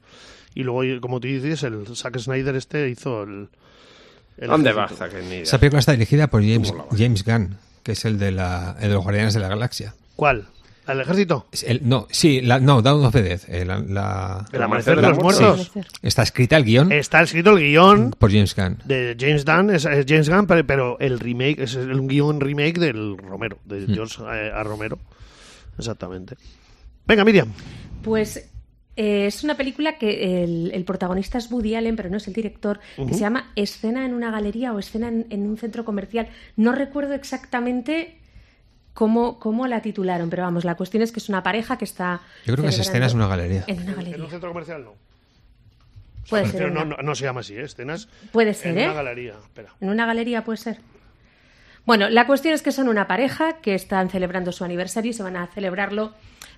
Speaker 1: Y luego, eh, como tú dices, el Zack Snyder este hizo el. el
Speaker 4: ¿Dónde va
Speaker 1: Ejército.
Speaker 4: Zack Snyder?
Speaker 2: Esa película está dirigida por James,
Speaker 4: Molaba.
Speaker 2: James Gunn, que es el de, la, el de los Guardianes de la Galaxia.
Speaker 1: ¿Cuál? ¿El ejército?
Speaker 2: Es el- no, sí, la, no, Down of the Dead. eh, la- la-
Speaker 1: El amanecer de los
Speaker 4: Sí.
Speaker 1: muertos.
Speaker 2: está escrita el guión
Speaker 1: Está escrito el guión
Speaker 2: por James Gunn.
Speaker 1: de James Gunn, es, es James Gunn, pero, pero el remake, es el guión remake del Romero, de George eh, a Romero. Exactamente. Venga, Miriam.
Speaker 3: Pues Eh, es una película que el, el protagonista es Woody Allen, pero no es el director, que se llama Escena en una galería o Escena en, en un centro comercial. No recuerdo exactamente cómo, cómo la titularon, pero vamos, la cuestión es que es una pareja que está.
Speaker 2: Yo creo que es
Speaker 3: celebrando
Speaker 2: Escena es una galería.
Speaker 3: En una
Speaker 1: En un
Speaker 3: galería.
Speaker 1: centro comercial no.
Speaker 3: Puede ser.
Speaker 1: Pero
Speaker 3: en
Speaker 1: no,
Speaker 3: una-
Speaker 1: no, no se llama así, ¿eh? Escenas
Speaker 3: Puede ser,
Speaker 1: en
Speaker 3: ¿eh?
Speaker 1: una galería. Espera.
Speaker 3: En una galería puede ser. Bueno, la cuestión es que son una pareja que están celebrando su aniversario y se van a celebrarlo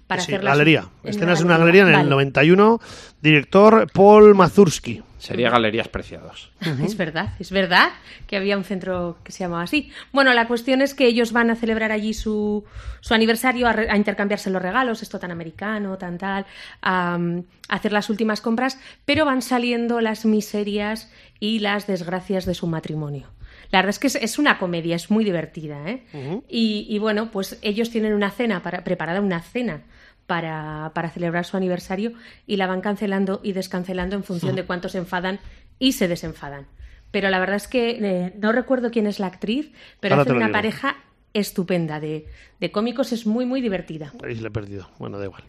Speaker 3: para
Speaker 1: Sí,
Speaker 3: hacer la
Speaker 1: galería. Escenas en una galería en el 91, director Paul Mazursky.
Speaker 4: Sería Galerías Preciados.
Speaker 3: Es verdad, es verdad que había un centro que se llamaba así. Bueno, la cuestión es que ellos van a celebrar allí su, su aniversario, a, re- a intercambiarse los regalos, esto tan americano, tan tal, a, mm, a hacer las últimas compras, pero van saliendo las miserias y las desgracias de su matrimonio. La verdad es que es, es una comedia, es muy divertida. ¿eh? y, y bueno, pues ellos tienen una cena, para, preparada una cena para, para celebrar su aniversario y la van cancelando y descancelando en función de cuánto se enfadan y se desenfadan. Pero la verdad es que eh, no recuerdo quién es la actriz, pero
Speaker 1: Ahora
Speaker 3: hacen
Speaker 1: te lo
Speaker 3: una
Speaker 1: digo.
Speaker 3: pareja estupenda de, de cómicos, es muy, muy divertida.
Speaker 1: Ahí se le he perdido. Bueno, da igual.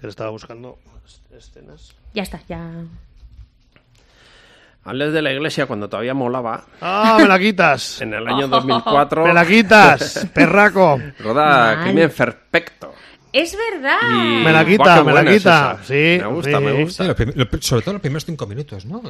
Speaker 1: Que estaba buscando Este, escenas.
Speaker 3: Ya está, ya.
Speaker 4: Antes de la iglesia, cuando todavía molaba,
Speaker 1: ¡Ah, me la quitas!
Speaker 4: en el año 2004,
Speaker 1: ¡Me la quitas! ¡Perraco!
Speaker 4: roda
Speaker 3: Mal.
Speaker 4: Crimen Perfecto.
Speaker 3: ¡Es verdad!
Speaker 4: Y-
Speaker 1: Me la
Speaker 4: Buah,
Speaker 1: quita,
Speaker 4: qué
Speaker 1: me la
Speaker 4: buena es
Speaker 1: quita.
Speaker 4: esa.
Speaker 1: Sí,
Speaker 4: me gusta,
Speaker 1: sí.
Speaker 4: me
Speaker 2: Sí,
Speaker 4: gusta.
Speaker 2: lo prim- lo pr- sobre todo los primeros cinco minutos, ¿no?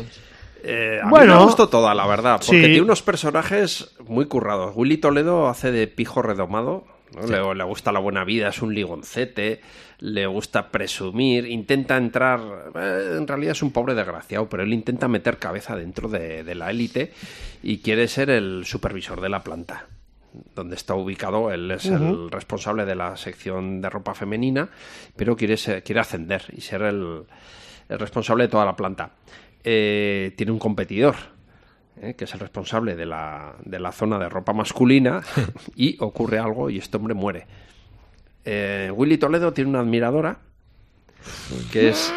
Speaker 4: Eh, a
Speaker 1: Bueno.
Speaker 4: mí me gustó toda, la verdad, porque
Speaker 1: Sí.
Speaker 4: tiene unos personajes muy currados. Willy Toledo hace de pijo redomado, ¿no? le, le gusta la buena vida, es un ligoncete, le gusta presumir, intenta entrar, eh, en realidad es un pobre desgraciado, pero él intenta meter cabeza dentro de, de la élite y quiere ser el supervisor de la planta. Donde está ubicado, él es el responsable de la sección de ropa femenina, pero quiere, ser- quiere ascender y ser el, el responsable de toda la planta. Eh, tiene un competidor, ¿eh? que es el responsable de la, de la zona de ropa masculina, y ocurre algo y este hombre muere. Eh, Willy Toledo tiene una admiradora que es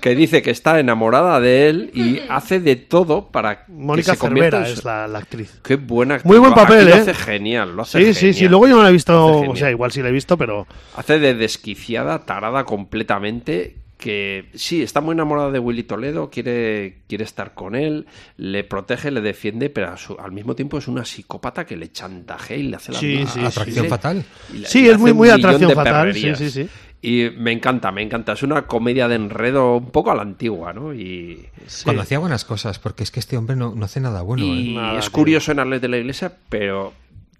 Speaker 4: que dice que está enamorada de él y hace de todo para
Speaker 1: Mónica
Speaker 4: que se convierta
Speaker 1: Cervera
Speaker 4: en su-
Speaker 1: es la, la actriz.
Speaker 4: Qué buena actriz.
Speaker 1: Muy buen
Speaker 4: Aquí
Speaker 1: papel,
Speaker 4: lo
Speaker 1: ¿eh?
Speaker 4: hace genial, lo hace
Speaker 1: Sí, sí, sí.
Speaker 4: genial.
Speaker 1: Luego yo no la he visto,
Speaker 4: Hace
Speaker 1: o sea,
Speaker 4: genial.
Speaker 1: igual sí la he visto, pero
Speaker 4: Hace de desquiciada, tarada completamente. Que sí, está muy enamorada de Willy Toledo, quiere, quiere estar con él, le protege, le defiende, pero a su- al mismo tiempo es una psicópata que le chantajea y le hace la
Speaker 1: Sí,
Speaker 4: vida
Speaker 1: sí,
Speaker 2: Atracción
Speaker 1: sí.
Speaker 2: fatal.
Speaker 1: Sí, es
Speaker 4: hace
Speaker 1: muy-
Speaker 4: un
Speaker 1: muy
Speaker 4: millón
Speaker 1: atracción
Speaker 4: de
Speaker 1: fatal, sí,
Speaker 4: perrerías.
Speaker 1: sí, sí.
Speaker 4: Y me encanta, me encanta. Es una comedia de enredo un poco a la antigua, ¿no? Y,
Speaker 2: Cuando hacía buenas cosas, porque es que este hombre no, no hace nada bueno.
Speaker 4: y
Speaker 2: ¿eh?
Speaker 1: nada,
Speaker 4: es
Speaker 1: tío.
Speaker 4: curioso en Arles de la Iglesia, pero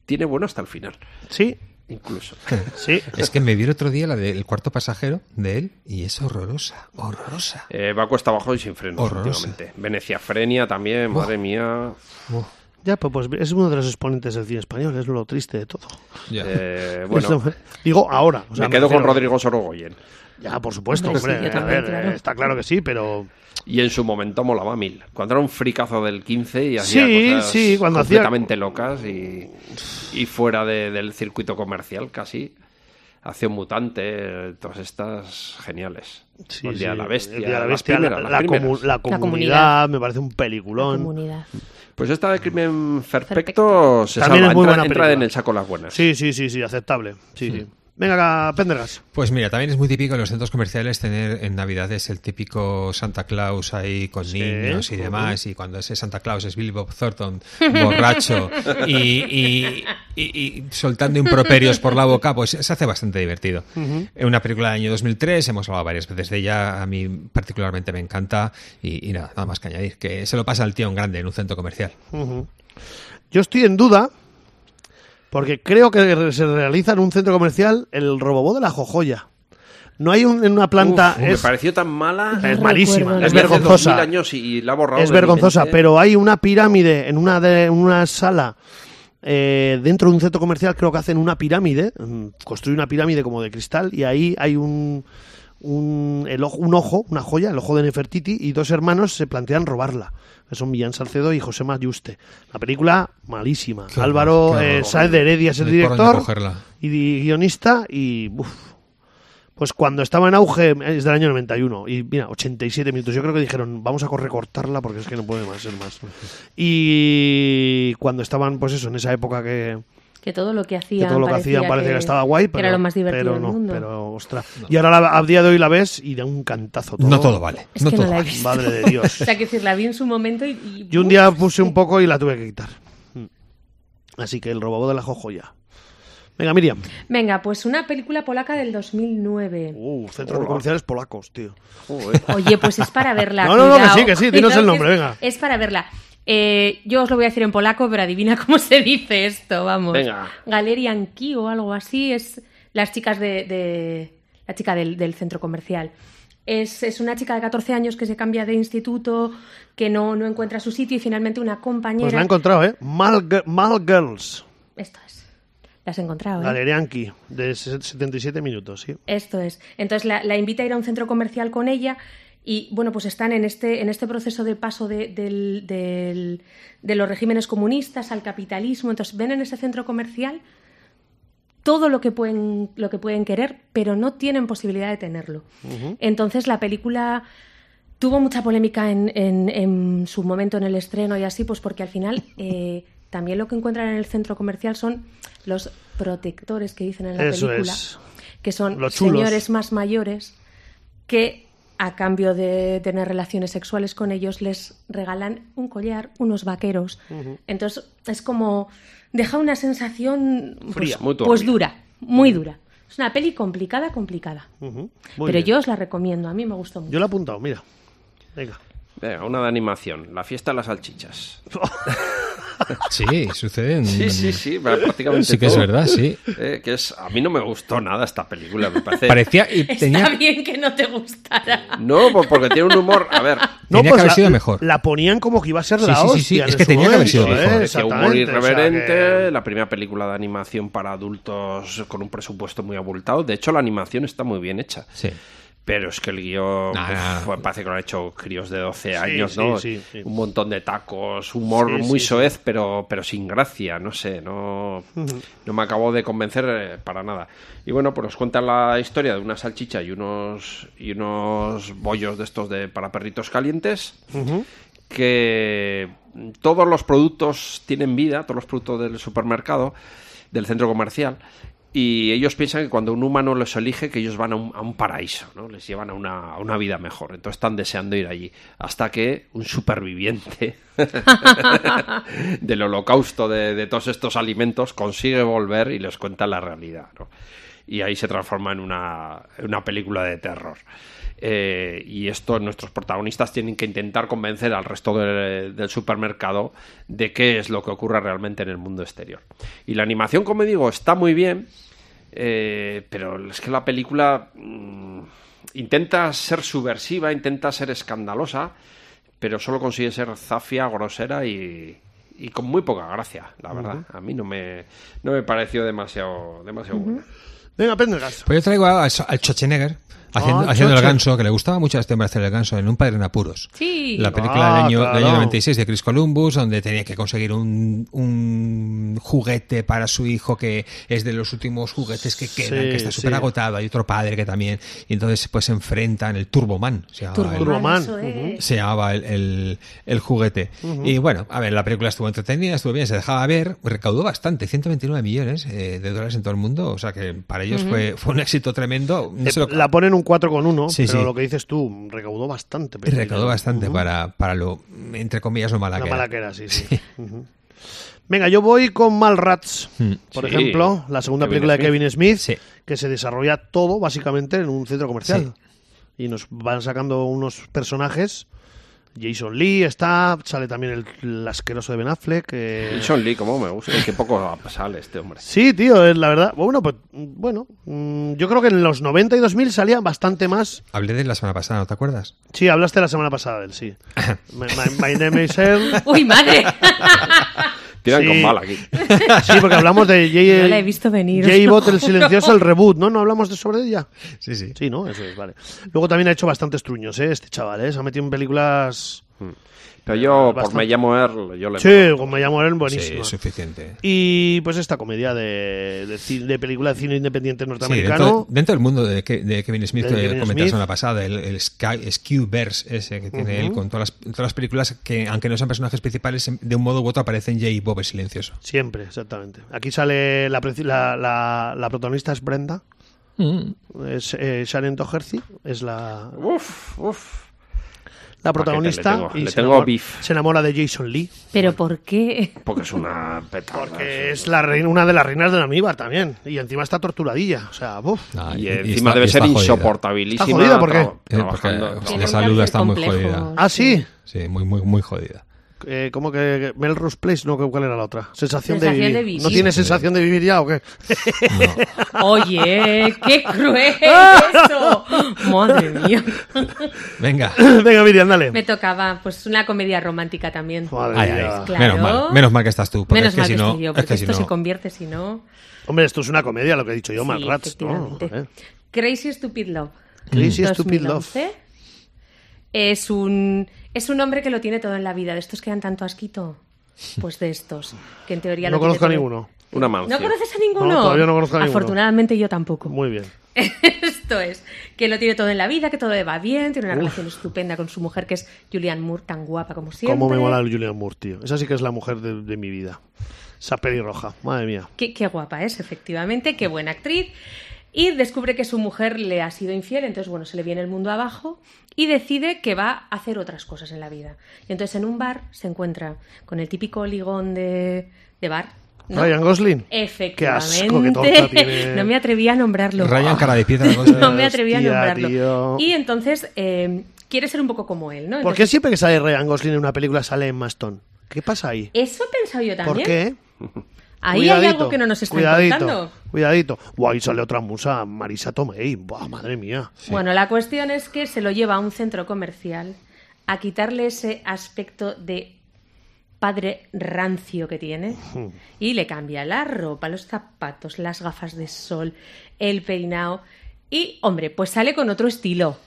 Speaker 4: tiene bueno hasta el final,
Speaker 1: sí,
Speaker 4: incluso.
Speaker 1: sí.
Speaker 2: Es que me vi el otro día la del cuarto pasajero de él y es horrorosa, horrorosa.
Speaker 4: Eh, va cuesta abajo y sin frenos
Speaker 2: Horrorosa.
Speaker 4: últimamente. Veneciafrenia también, madre mía.
Speaker 2: Uf,
Speaker 1: Ya, pues, pues es uno de los exponentes del cine español, es lo triste de todo.
Speaker 2: ya.
Speaker 4: Eh, bueno,
Speaker 1: Eso- digo ahora. o sea,
Speaker 4: me quedo con
Speaker 1: refiero-
Speaker 4: Rodrigo Sorogoyen.
Speaker 1: Ya, por supuesto,
Speaker 3: Hombre, sí,
Speaker 1: hombre.
Speaker 3: yo
Speaker 1: a
Speaker 3: también,
Speaker 1: ver,
Speaker 3: claro.
Speaker 1: eh, está claro que sí, pero
Speaker 4: Y en su momento molaba mil. Cuando era un fricazo del 15 y hacía
Speaker 1: Sí,
Speaker 4: cosas
Speaker 1: sí, cuando hacía-
Speaker 4: completamente locas y, y fuera de- del circuito comercial casi. Hacía un mutante, eh, todas estas geniales.
Speaker 1: Sí,
Speaker 4: el día de
Speaker 1: sí,
Speaker 4: la bestia.
Speaker 1: el Día de la
Speaker 4: las
Speaker 1: Bestia, la-
Speaker 4: primeras,
Speaker 1: la
Speaker 4: las primeras.
Speaker 1: comu- la
Speaker 3: comunidad.
Speaker 1: comunidad, me parece un peliculón.
Speaker 3: Comunidad.
Speaker 4: Pues esta de Crimen Perfecto
Speaker 3: Perfecto.
Speaker 4: se
Speaker 1: También
Speaker 4: salva.
Speaker 1: es muy buena
Speaker 4: entra, entra
Speaker 1: película.
Speaker 4: en el saco las buenas.
Speaker 1: Sí, sí, sí, sí, aceptable. Sí, sí. Venga, Pendergas.
Speaker 2: Pues mira, también es muy típico en los centros comerciales tener en Navidades el típico Santa Claus ahí con niños y
Speaker 1: ujú.
Speaker 2: demás. Y cuando ese Santa Claus es Billy Bob Thornton, borracho y, y- y- y soltando improperios por la boca, pues se hace bastante divertido. Es Una película del año 2003, hemos hablado varias veces de ella, a mí particularmente me encanta. Y, y nada, nada más que añadir, que se lo pasa al tío en grande en un centro comercial.
Speaker 1: Yo estoy en duda porque creo que se realiza en un centro comercial el robobó de la jojoya. No hay un- en una planta.
Speaker 4: Uf, Me
Speaker 1: es,
Speaker 4: pareció tan mala.
Speaker 1: es
Speaker 3: No
Speaker 1: malísima,
Speaker 3: recuerdo
Speaker 1: es
Speaker 3: nada.
Speaker 4: Desde Ah, hace
Speaker 1: vergonzosa.
Speaker 4: 2000 años y, y la ha borrado
Speaker 1: Es
Speaker 4: de ¿eh? mi
Speaker 1: vergonzosa,
Speaker 4: mente.
Speaker 1: pero hay una pirámide en una, de, en una sala. eh, dentro de un centro comercial creo que hacen una pirámide, mm, construye una pirámide como de cristal y ahí hay un, un, el ojo, un ojo, una joya, el ojo de Nefertiti y dos hermanos se plantean robarla, que son Millán Salcedo y José Mayuste. La película malísima.
Speaker 2: Qué horror,
Speaker 1: Álvaro
Speaker 2: qué
Speaker 1: eh,
Speaker 2: horror.
Speaker 1: Sáez de Heredia es el
Speaker 2: Ni por dónde
Speaker 1: director
Speaker 2: cogerla.
Speaker 1: y di- guionista y... uf, pues cuando estaba en auge es del año 91 y mira, 87 minutos. Yo creo que dijeron, vamos a cor- recortarla porque es que no puede más ser más. Y cuando estaban, pues eso, en esa época que
Speaker 3: Que todo lo que
Speaker 1: que
Speaker 3: hacían
Speaker 1: todo lo que hacían parecía que, estaba guay,
Speaker 3: que
Speaker 1: pero,
Speaker 3: era lo más divertido
Speaker 1: pero
Speaker 3: del
Speaker 1: no,
Speaker 3: mundo.
Speaker 1: Pero, ostras. Y ahora la- a día de hoy la ves y da un cantazo todo.
Speaker 2: No todo vale.
Speaker 3: Es
Speaker 2: no
Speaker 3: que
Speaker 2: todo
Speaker 3: no la he
Speaker 2: vale.
Speaker 3: visto.
Speaker 1: Madre de Dios.
Speaker 3: o sea, que decir, la vi en su momento y... y-
Speaker 1: Yo un día puse un poco y la tuve que quitar. Así que el robado de la jojoya. Venga, Miriam.
Speaker 3: Venga, pues una película polaca del 2009.
Speaker 1: Uh, centros
Speaker 4: Hola.
Speaker 1: comerciales polacos, tío.
Speaker 4: Joder.
Speaker 3: Oye, pues es para verla.
Speaker 1: No, no, no, que
Speaker 3: cuidao.
Speaker 1: sí, que sí, dinos el
Speaker 3: Cuidao que
Speaker 1: nombre,
Speaker 3: es-
Speaker 1: venga.
Speaker 3: Es para verla. Eh, yo os lo voy a decir en polaco, pero adivina cómo se dice esto, vamos.
Speaker 4: Venga.
Speaker 3: Galerian Ki o algo así, es las chicas de... de- la chica del, del centro comercial. Es, es una chica de 14 años que se cambia de instituto, que no, no encuentra su sitio y finalmente una compañera...
Speaker 1: Pues la he encontrado, ¿eh? Mal, Gi- Mal Girls.
Speaker 3: Esto es. Las he encontrado. ¿eh?
Speaker 1: Galerianki, de se- 77 minutos, sí.
Speaker 3: Esto es. Entonces la, la invita a ir a un centro comercial con ella y bueno, pues están en este, en este proceso de paso de, del- del- de los regímenes comunistas al capitalismo. Entonces ven en ese centro comercial todo lo que pueden, lo que pueden querer, pero no tienen posibilidad de tenerlo. Entonces la película tuvo mucha polémica en, en- en su momento en el estreno y así, pues porque al final eh, también lo que encuentran en el centro comercial son los protectores que dicen en la
Speaker 1: Eso
Speaker 3: película,
Speaker 1: es.
Speaker 3: que son
Speaker 1: Los chulos.
Speaker 3: señores más mayores que a cambio de tener relaciones sexuales con ellos les regalan un collar, unos vaqueros. Entonces es como deja una sensación pues,
Speaker 1: Fría,
Speaker 4: muy turbia.
Speaker 3: pues dura, muy dura. Es una peli complicada, complicada.
Speaker 1: Ujú. Muy bien.
Speaker 3: Pero yo os la recomiendo, a mí me gustó mucho.
Speaker 1: Yo la he apuntado, mira. Venga.
Speaker 4: Venga, una de animación. La fiesta de las salchichas.
Speaker 2: Sí, sucede. en-
Speaker 4: Sí, sí, sí. Prácticamente
Speaker 2: Sí que es
Speaker 4: todo.
Speaker 2: verdad, sí.
Speaker 4: Eh, que es, a mí no me gustó nada esta película. Me parece.
Speaker 2: Parecía y tenía
Speaker 3: Está bien que no te gustara.
Speaker 4: No, por- porque tiene un humor. A ver,
Speaker 2: Tenía que haber
Speaker 1: pues la-
Speaker 2: sido mejor.
Speaker 1: La ponían como que iba a ser
Speaker 2: Sí,
Speaker 1: la
Speaker 2: sí, sí, sí,
Speaker 1: hostia. en
Speaker 2: es que
Speaker 1: su
Speaker 2: tenía que haber sido
Speaker 1: momento,
Speaker 2: mejor.
Speaker 1: ¿eh?
Speaker 4: Ese humor
Speaker 1: Exactamente, o sea que-
Speaker 4: irreverente, la primera película de animación para adultos con un presupuesto muy abultado. De hecho, la animación está muy bien hecha.
Speaker 2: Sí.
Speaker 4: Pero es que el guión
Speaker 2: Nah,
Speaker 4: uf,
Speaker 2: nah.
Speaker 4: pues, parece que lo han hecho críos de 12
Speaker 1: Sí,
Speaker 4: años,
Speaker 1: sí,
Speaker 4: ¿no?
Speaker 1: sí, sí.
Speaker 4: Un montón de tacos, humor
Speaker 1: Sí,
Speaker 4: muy
Speaker 1: sí,
Speaker 4: soez, pero, pero sin gracia, no sé, no, no me acabo de convencer eh, para nada. Y bueno, pues nos cuenta la historia de una salchicha y unos, y unos bollos de estos de, para perritos calientes que todos los productos tienen vida, todos los productos del supermercado, del centro comercial, y ellos piensan que cuando un humano los elige, que ellos van a un, a un paraíso, ¿no? Les llevan a una, a una vida mejor. Entonces están deseando ir allí. Hasta que un superviviente del holocausto de, de todos estos alimentos consigue volver y les cuenta la realidad, ¿no? y ahí se transforma en una, en una película de terror. Eh, y esto nuestros protagonistas tienen que intentar convencer al resto de- del supermercado de qué es lo que ocurre realmente en el mundo exterior. Y la animación, como digo, está muy bien, eh, pero es que la película mm, intenta ser subversiva, intenta ser escandalosa, pero solo consigue ser zafia, grosera y, y con muy poca gracia, la verdad. A mí no me, no me pareció demasiado, demasiado buena.
Speaker 1: Venga, Pendergast.
Speaker 2: Pues yo traigo a- al, al Schwarzenegger haciendo,
Speaker 1: Ah,
Speaker 2: haciendo el
Speaker 1: Schwarze-
Speaker 2: ganso, que le gustaba mucho a este hombre hacer el ganso en Un Padre en Apuros.
Speaker 3: Sí.
Speaker 2: La película del,
Speaker 1: Ah,
Speaker 2: año, del año
Speaker 1: claro.
Speaker 2: 96 de Chris Columbus, donde tenía que conseguir un, un juguete para su hijo que es de los últimos juguetes que quedan,
Speaker 1: Sí,
Speaker 2: que está
Speaker 1: sí.
Speaker 2: súper agotado. Hay otro padre que también. Y entonces pues se enfrentan el Turboman. Se llamaba
Speaker 3: Turboman,
Speaker 2: el-
Speaker 1: Turboman,
Speaker 3: eso ¿eh? es.
Speaker 2: se llamaba el, el- el juguete. Y bueno, a ver, la película estuvo entretenida, estuvo bien, se dejaba ver, recaudó bastante, 129 millones eh, de dólares en todo el mundo, o sea que para ellos fue, fue un éxito tremendo. No
Speaker 1: Eh,
Speaker 2: se Pues lo-
Speaker 1: La ponen un 4,1,
Speaker 2: Sí,
Speaker 1: pero
Speaker 2: sí.
Speaker 1: lo que dices tú, recaudó bastante. pero-
Speaker 2: recaudó bastante para, para lo, entre comillas, lo mala
Speaker 1: La
Speaker 2: que
Speaker 1: mala que
Speaker 2: era.
Speaker 1: era, sí, sí. Ujú. Venga, yo voy con Malrats, por
Speaker 4: Sí.
Speaker 1: ejemplo, la segunda
Speaker 4: Kevin
Speaker 1: película de
Speaker 4: Smith.
Speaker 1: Kevin Smith,
Speaker 2: Sí.
Speaker 1: que se desarrolla todo básicamente en un centro comercial. Y nos van sacando unos personajes. Jason Lee está, sale también el, el asqueroso de Ben Affleck. eh,
Speaker 4: Y Sean Lee, como me gusta, y qué poco sale este hombre.
Speaker 1: Sí, tío, es la verdad. Bueno, pues bueno, mm, yo creo que en los 90 y 2000 salía bastante más.
Speaker 2: Hablé de la semana pasada, ¿no te acuerdas?
Speaker 1: Sí, hablaste la semana pasada del sí. My, my- my name is Earl.
Speaker 3: Uy, madre.
Speaker 4: Tiran
Speaker 1: Sí.
Speaker 4: con mal aquí.
Speaker 1: Sí, porque hablamos de J.
Speaker 3: No la he visto venir, os
Speaker 1: J.
Speaker 3: lo
Speaker 1: Bot, el
Speaker 3: juro.
Speaker 1: silencioso, el reboot, ¿no? ¿No hablamos de sobre ella?
Speaker 2: Sí, sí.
Speaker 1: Sí, ¿no? Eso es, vale. Luego también ha hecho bastantes truños, ¿eh? Este chaval, ¿eh? Se ha metido en películas
Speaker 4: Pero yo, por
Speaker 1: Bastante.
Speaker 4: me llamo Earl, yo le
Speaker 1: Sí, como me llamo él, buenísimo.
Speaker 2: Sí, suficiente.
Speaker 1: Y pues esta comedia de, de, ci- de película de cine independiente
Speaker 2: Sí, dentro,
Speaker 1: norteamericano.
Speaker 2: dentro del mundo de, Ke- de Kevin Smith
Speaker 1: De
Speaker 2: que
Speaker 1: Kevin
Speaker 2: comenté la
Speaker 1: Smith.
Speaker 2: semana pasada, el, el Sky- Skewverse ese que tiene él con todas las, todas las películas que, aunque no sean personajes principales, de un modo u otro aparecen Jay y Bob el silencioso.
Speaker 1: Siempre, exactamente. Aquí sale la, preci- la, la- la protagonista es Brenda,
Speaker 4: Mm.
Speaker 1: es eh, Sharon Doherty, es la,
Speaker 4: pongo. Uf, uf.
Speaker 1: la protagonista.
Speaker 4: tengo-
Speaker 1: y
Speaker 4: le
Speaker 1: se
Speaker 4: tengo
Speaker 1: enamora-
Speaker 4: beef.
Speaker 1: se enamora de Jason Lee.
Speaker 3: Pero ¿por qué?
Speaker 4: Porque es una petarda.
Speaker 1: Porque es la reina- una de las reinas de la MIBA también. Y encima está torturadilla. O sea, uf.
Speaker 2: Ah,
Speaker 4: Y
Speaker 2: y- y
Speaker 4: encima
Speaker 2: está-
Speaker 4: debe
Speaker 2: y
Speaker 4: ser
Speaker 2: está jodida.
Speaker 4: insoportabilísima.
Speaker 1: Está jodida, ¿por qué?
Speaker 4: tra-
Speaker 1: Eh,
Speaker 2: Eh, porque
Speaker 4: trabajando.
Speaker 2: o sea,
Speaker 3: Tiene
Speaker 2: la salud
Speaker 3: cáncer
Speaker 2: está muy
Speaker 3: complejo.
Speaker 2: jodida.
Speaker 1: Ah, sí.
Speaker 2: Sí, muy, muy, muy jodida.
Speaker 1: Eh, ¿Cómo que Melrose Place? No, ¿cuál era la otra? Sensación,
Speaker 3: Sensación
Speaker 1: de, vivir.
Speaker 3: de vivir.
Speaker 1: ¿No tiene sensación de vivir ya o qué?
Speaker 3: Oye, qué cruel eso. Madre mía.
Speaker 2: Venga.
Speaker 1: Venga, Miriam, dale.
Speaker 3: Me tocaba pues una comedia romántica también.
Speaker 1: Madre
Speaker 2: Ay,
Speaker 1: mía.
Speaker 2: ay,
Speaker 3: Claro.
Speaker 2: Menos mal, menos mal que estás tú. Porque
Speaker 3: Menos
Speaker 2: es que
Speaker 3: mal
Speaker 2: si
Speaker 3: que
Speaker 2: no,
Speaker 3: estoy yo,
Speaker 2: es
Speaker 3: porque
Speaker 2: que si
Speaker 3: esto se
Speaker 2: no.
Speaker 3: convierte si no.
Speaker 1: Hombre, esto es una comedia, lo que he dicho yo,
Speaker 3: Sí,
Speaker 1: Malrats, ¿no?
Speaker 3: efectivamente.
Speaker 1: Joder.
Speaker 3: Crazy Stupid Love.
Speaker 1: Crazy Stupid Love.
Speaker 3: 2011. Es un, es un hombre que lo tiene todo en la vida. De estos que dan tanto asquito. Pues de estos. Que en teoría
Speaker 1: No
Speaker 3: lo tiene
Speaker 1: conozco a
Speaker 3: todo.
Speaker 1: ninguno.
Speaker 4: Una
Speaker 3: ¿No
Speaker 4: mancia.
Speaker 3: conoces a ninguno?
Speaker 1: No, todavía no conozco a ninguno.
Speaker 3: Afortunadamente yo tampoco.
Speaker 1: Muy bien.
Speaker 3: Esto es, que lo tiene todo en la vida, que todo le va bien, tiene una relación estupenda con su mujer que es Julianne Moore, tan guapa como siempre.
Speaker 1: ¿Cómo me mola el Julian Moore, tío? Esa sí que es la mujer de, de mi vida. Esa pelirroja. Madre mía.
Speaker 3: Qué, qué guapa es, efectivamente, qué buena actriz. Y descubre que su mujer le ha sido infiel, entonces, bueno, se le viene el mundo abajo y decide que va a hacer otras cosas en la vida. Y entonces en un bar se encuentra con el típico ligón de, de bar. ¿no?
Speaker 1: Ryan Gosling. Qué
Speaker 3: Efectivamente.
Speaker 1: asco, qué tonta tiene.
Speaker 3: No me atreví a nombrarlo.
Speaker 2: Ryan cara de piedra. ¿no?
Speaker 3: no me atreví a
Speaker 1: Hostia,
Speaker 3: nombrarlo.
Speaker 1: tío.
Speaker 3: Y entonces eh, quiere ser un poco como él, ¿no?
Speaker 1: ¿Por qué
Speaker 3: Entonces,
Speaker 1: siempre que sale Ryan Gosling en una película sale en Maston? ¿Qué pasa ahí?
Speaker 3: Eso he pensado yo también.
Speaker 1: ¿Por qué?
Speaker 3: Ahí hay
Speaker 1: Cuidadito,
Speaker 3: algo que no nos están
Speaker 1: cuidadito,
Speaker 3: contando.
Speaker 1: Cuidadito. Guau, ahí sale otra musa, Marisa Tomei. Buah, madre mía.
Speaker 3: Bueno, la cuestión es que se lo lleva a un centro comercial a quitarle ese aspecto de padre rancio que tiene y le cambia la ropa, los zapatos, las gafas de sol, el peinado y, hombre, pues sale con otro estilo.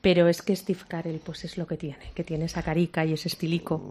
Speaker 3: Pero es que Steve Carell, pues es lo que tiene, que tiene esa carica y ese estilico.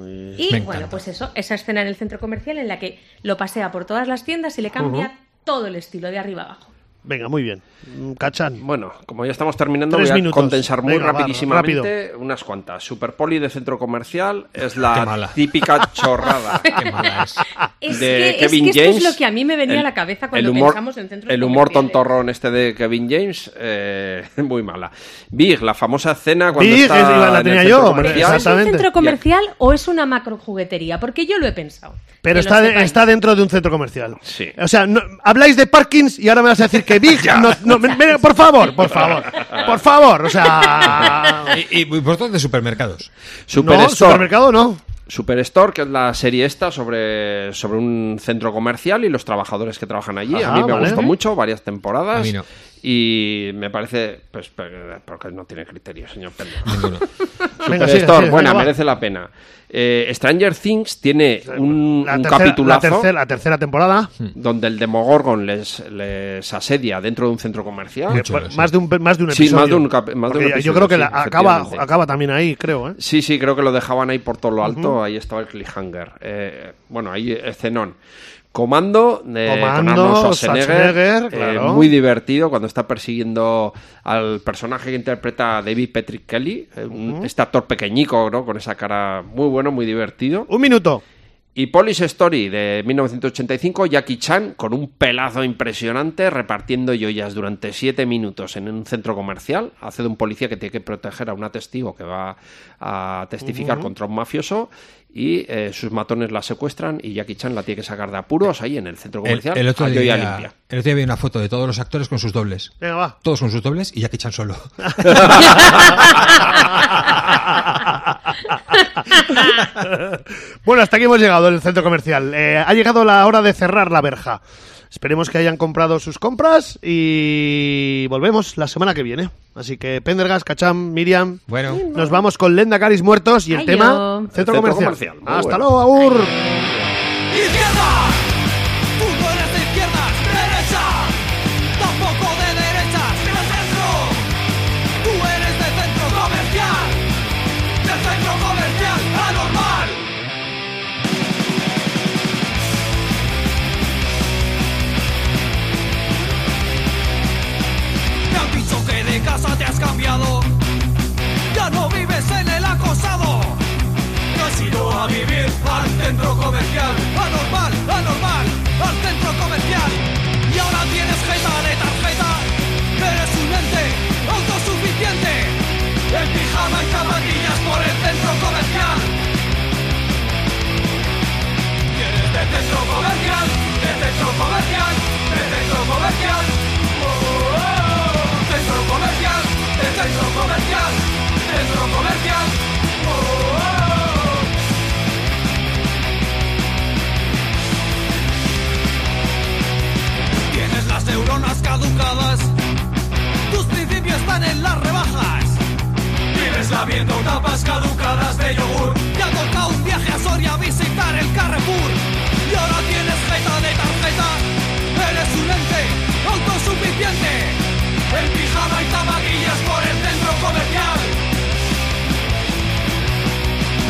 Speaker 3: Y
Speaker 2: Me
Speaker 3: bueno,
Speaker 2: encanta.
Speaker 3: pues eso, esa escena en el centro comercial en la que lo pasea por todas las tiendas y le cambia todo el estilo de arriba abajo.
Speaker 1: Venga, muy bien. Mm, Cachan.
Speaker 4: Bueno, como ya estamos terminando,
Speaker 1: Tres
Speaker 4: voy a
Speaker 1: minutos.
Speaker 4: condensar muy
Speaker 1: Venga, va,
Speaker 4: rapidísimamente unas cuantas. Superpoli de centro comercial es
Speaker 2: Qué
Speaker 4: la
Speaker 2: mala.
Speaker 4: típica chorrada.
Speaker 2: Qué mala es.
Speaker 3: Es
Speaker 4: de
Speaker 3: que,
Speaker 4: Kevin
Speaker 3: es que
Speaker 4: James.
Speaker 3: esto es lo que a mí me venía
Speaker 4: el-
Speaker 3: a la cabeza cuando
Speaker 4: el humor,
Speaker 3: pensamos en centros
Speaker 4: El humor
Speaker 3: comerciales.
Speaker 4: tontorrón este de Kevin James, eh, muy mala. Big, la famosa cena cuando
Speaker 1: Big,
Speaker 4: está
Speaker 1: es- iba, la
Speaker 4: en
Speaker 1: tenía
Speaker 4: el centro
Speaker 1: yo,
Speaker 4: comercial.
Speaker 3: ¿Es un
Speaker 1: Exactamente.
Speaker 3: centro comercial o es una macro juguetería? Porque yo lo he pensado.
Speaker 1: Pero
Speaker 3: Que lo
Speaker 1: está, de-
Speaker 3: sepáis.
Speaker 1: está dentro de un centro comercial.
Speaker 4: Sí.
Speaker 1: O sea, no- habláis de parkings y ahora me vas a decir que Big. no, no, ven- ven, por favor, por favor. Por favor, o sea.
Speaker 2: Y, y vosotros de supermercados.
Speaker 1: No,
Speaker 4: Superstore.
Speaker 1: supermercado no.
Speaker 4: Superstore, que es la serie esta sobre, sobre un centro comercial y los trabajadores que trabajan allí.
Speaker 1: Ajá,
Speaker 4: a mí me
Speaker 1: vale.
Speaker 4: gustó mucho, varias temporadas.
Speaker 2: A mí no.
Speaker 4: Y me parece, pues, pero- porque no tiene criterio, señor pendejo.
Speaker 2: Ninguno.
Speaker 1: Venga, sigue,
Speaker 4: Superstore,
Speaker 1: sigue,
Speaker 4: buena,
Speaker 1: venga, va.
Speaker 4: merece la pena. Eh, Stranger Things tiene un,
Speaker 1: La
Speaker 4: un
Speaker 1: tercera- la
Speaker 4: capitulazo
Speaker 1: tercera, la tercera temporada.
Speaker 4: donde el Demogorgon les, les asedia dentro de un centro comercial.
Speaker 1: Eh,
Speaker 2: Chulo, sí.
Speaker 1: más, de un, más de un
Speaker 4: Sí,
Speaker 1: episodio.
Speaker 4: más de un cap- más de un
Speaker 1: Porque
Speaker 4: episodio,
Speaker 1: yo creo que la-
Speaker 4: sí,
Speaker 1: acaba,
Speaker 4: efectivamente.
Speaker 1: acaba también ahí, creo. ¿eh?
Speaker 4: Sí, sí, creo que lo dejaban ahí por todo lo alto. Ahí estaba el cliffhanger. Eh, bueno, ahí escenón. Comando de
Speaker 1: Comando,
Speaker 4: con Arnold Schwarzenegger,
Speaker 1: Schwarzenegger,
Speaker 4: eh,
Speaker 1: claro.
Speaker 4: muy divertido cuando está persiguiendo al personaje que interpreta David Patrick Kelly, eh, un- este actor pequeñico, ¿no? Con esa cara muy bueno, muy divertido.
Speaker 1: Un minuto.
Speaker 4: Y Police Story de 1985, Jackie Chan con un pelazo impresionante repartiendo joyas durante siete minutos en un centro comercial. Hace de un policía que tiene que proteger a una testigo que va a testificar contra un mafioso y eh, sus matones la secuestran y Jackie Chan la tiene que sacar de apuros ahí en el centro
Speaker 2: El,
Speaker 4: comercial.
Speaker 2: el otro
Speaker 4: a joya
Speaker 2: día,
Speaker 4: limpia.
Speaker 2: el otro día vi una foto de todos los actores con sus dobles.
Speaker 1: Venga, va.
Speaker 2: Todos con sus dobles y Jackie Chan solo.
Speaker 1: bueno, hasta aquí hemos llegado el centro comercial. Eh, ha llegado la hora de cerrar la verja. Esperemos que hayan comprado sus compras y volvemos la semana que viene. Así que Pendergas, Cacham, Miriam,
Speaker 2: Bueno.
Speaker 1: nos vamos con Lenda Caris Muertos y el
Speaker 3: Ay,
Speaker 1: tema
Speaker 3: yo.
Speaker 1: centro,
Speaker 4: Centro
Speaker 1: comercial.
Speaker 4: comercial, muy
Speaker 1: Hasta
Speaker 4: bueno.
Speaker 1: luego, Agur.
Speaker 7: ¡Izquierda! Tú no eres de izquierdas, derecha. Tampoco de derechas, del centro. Tú eres de centro comercial. Del centro. habiendo tapas caducadas de yogur. Te ha tocado un viaje a Soria a visitar el Carrefour. Y ahora tienes jeta de tarjeta. Eres un ente autosuficiente. En pijama y tabaquillas por el centro comercial.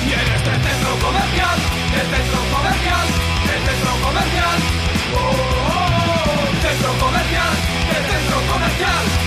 Speaker 7: Y en este centro comercial, el centro comercial, el centro comercial. Oh, oh, oh, oh. Centro comercial, el centro comercial.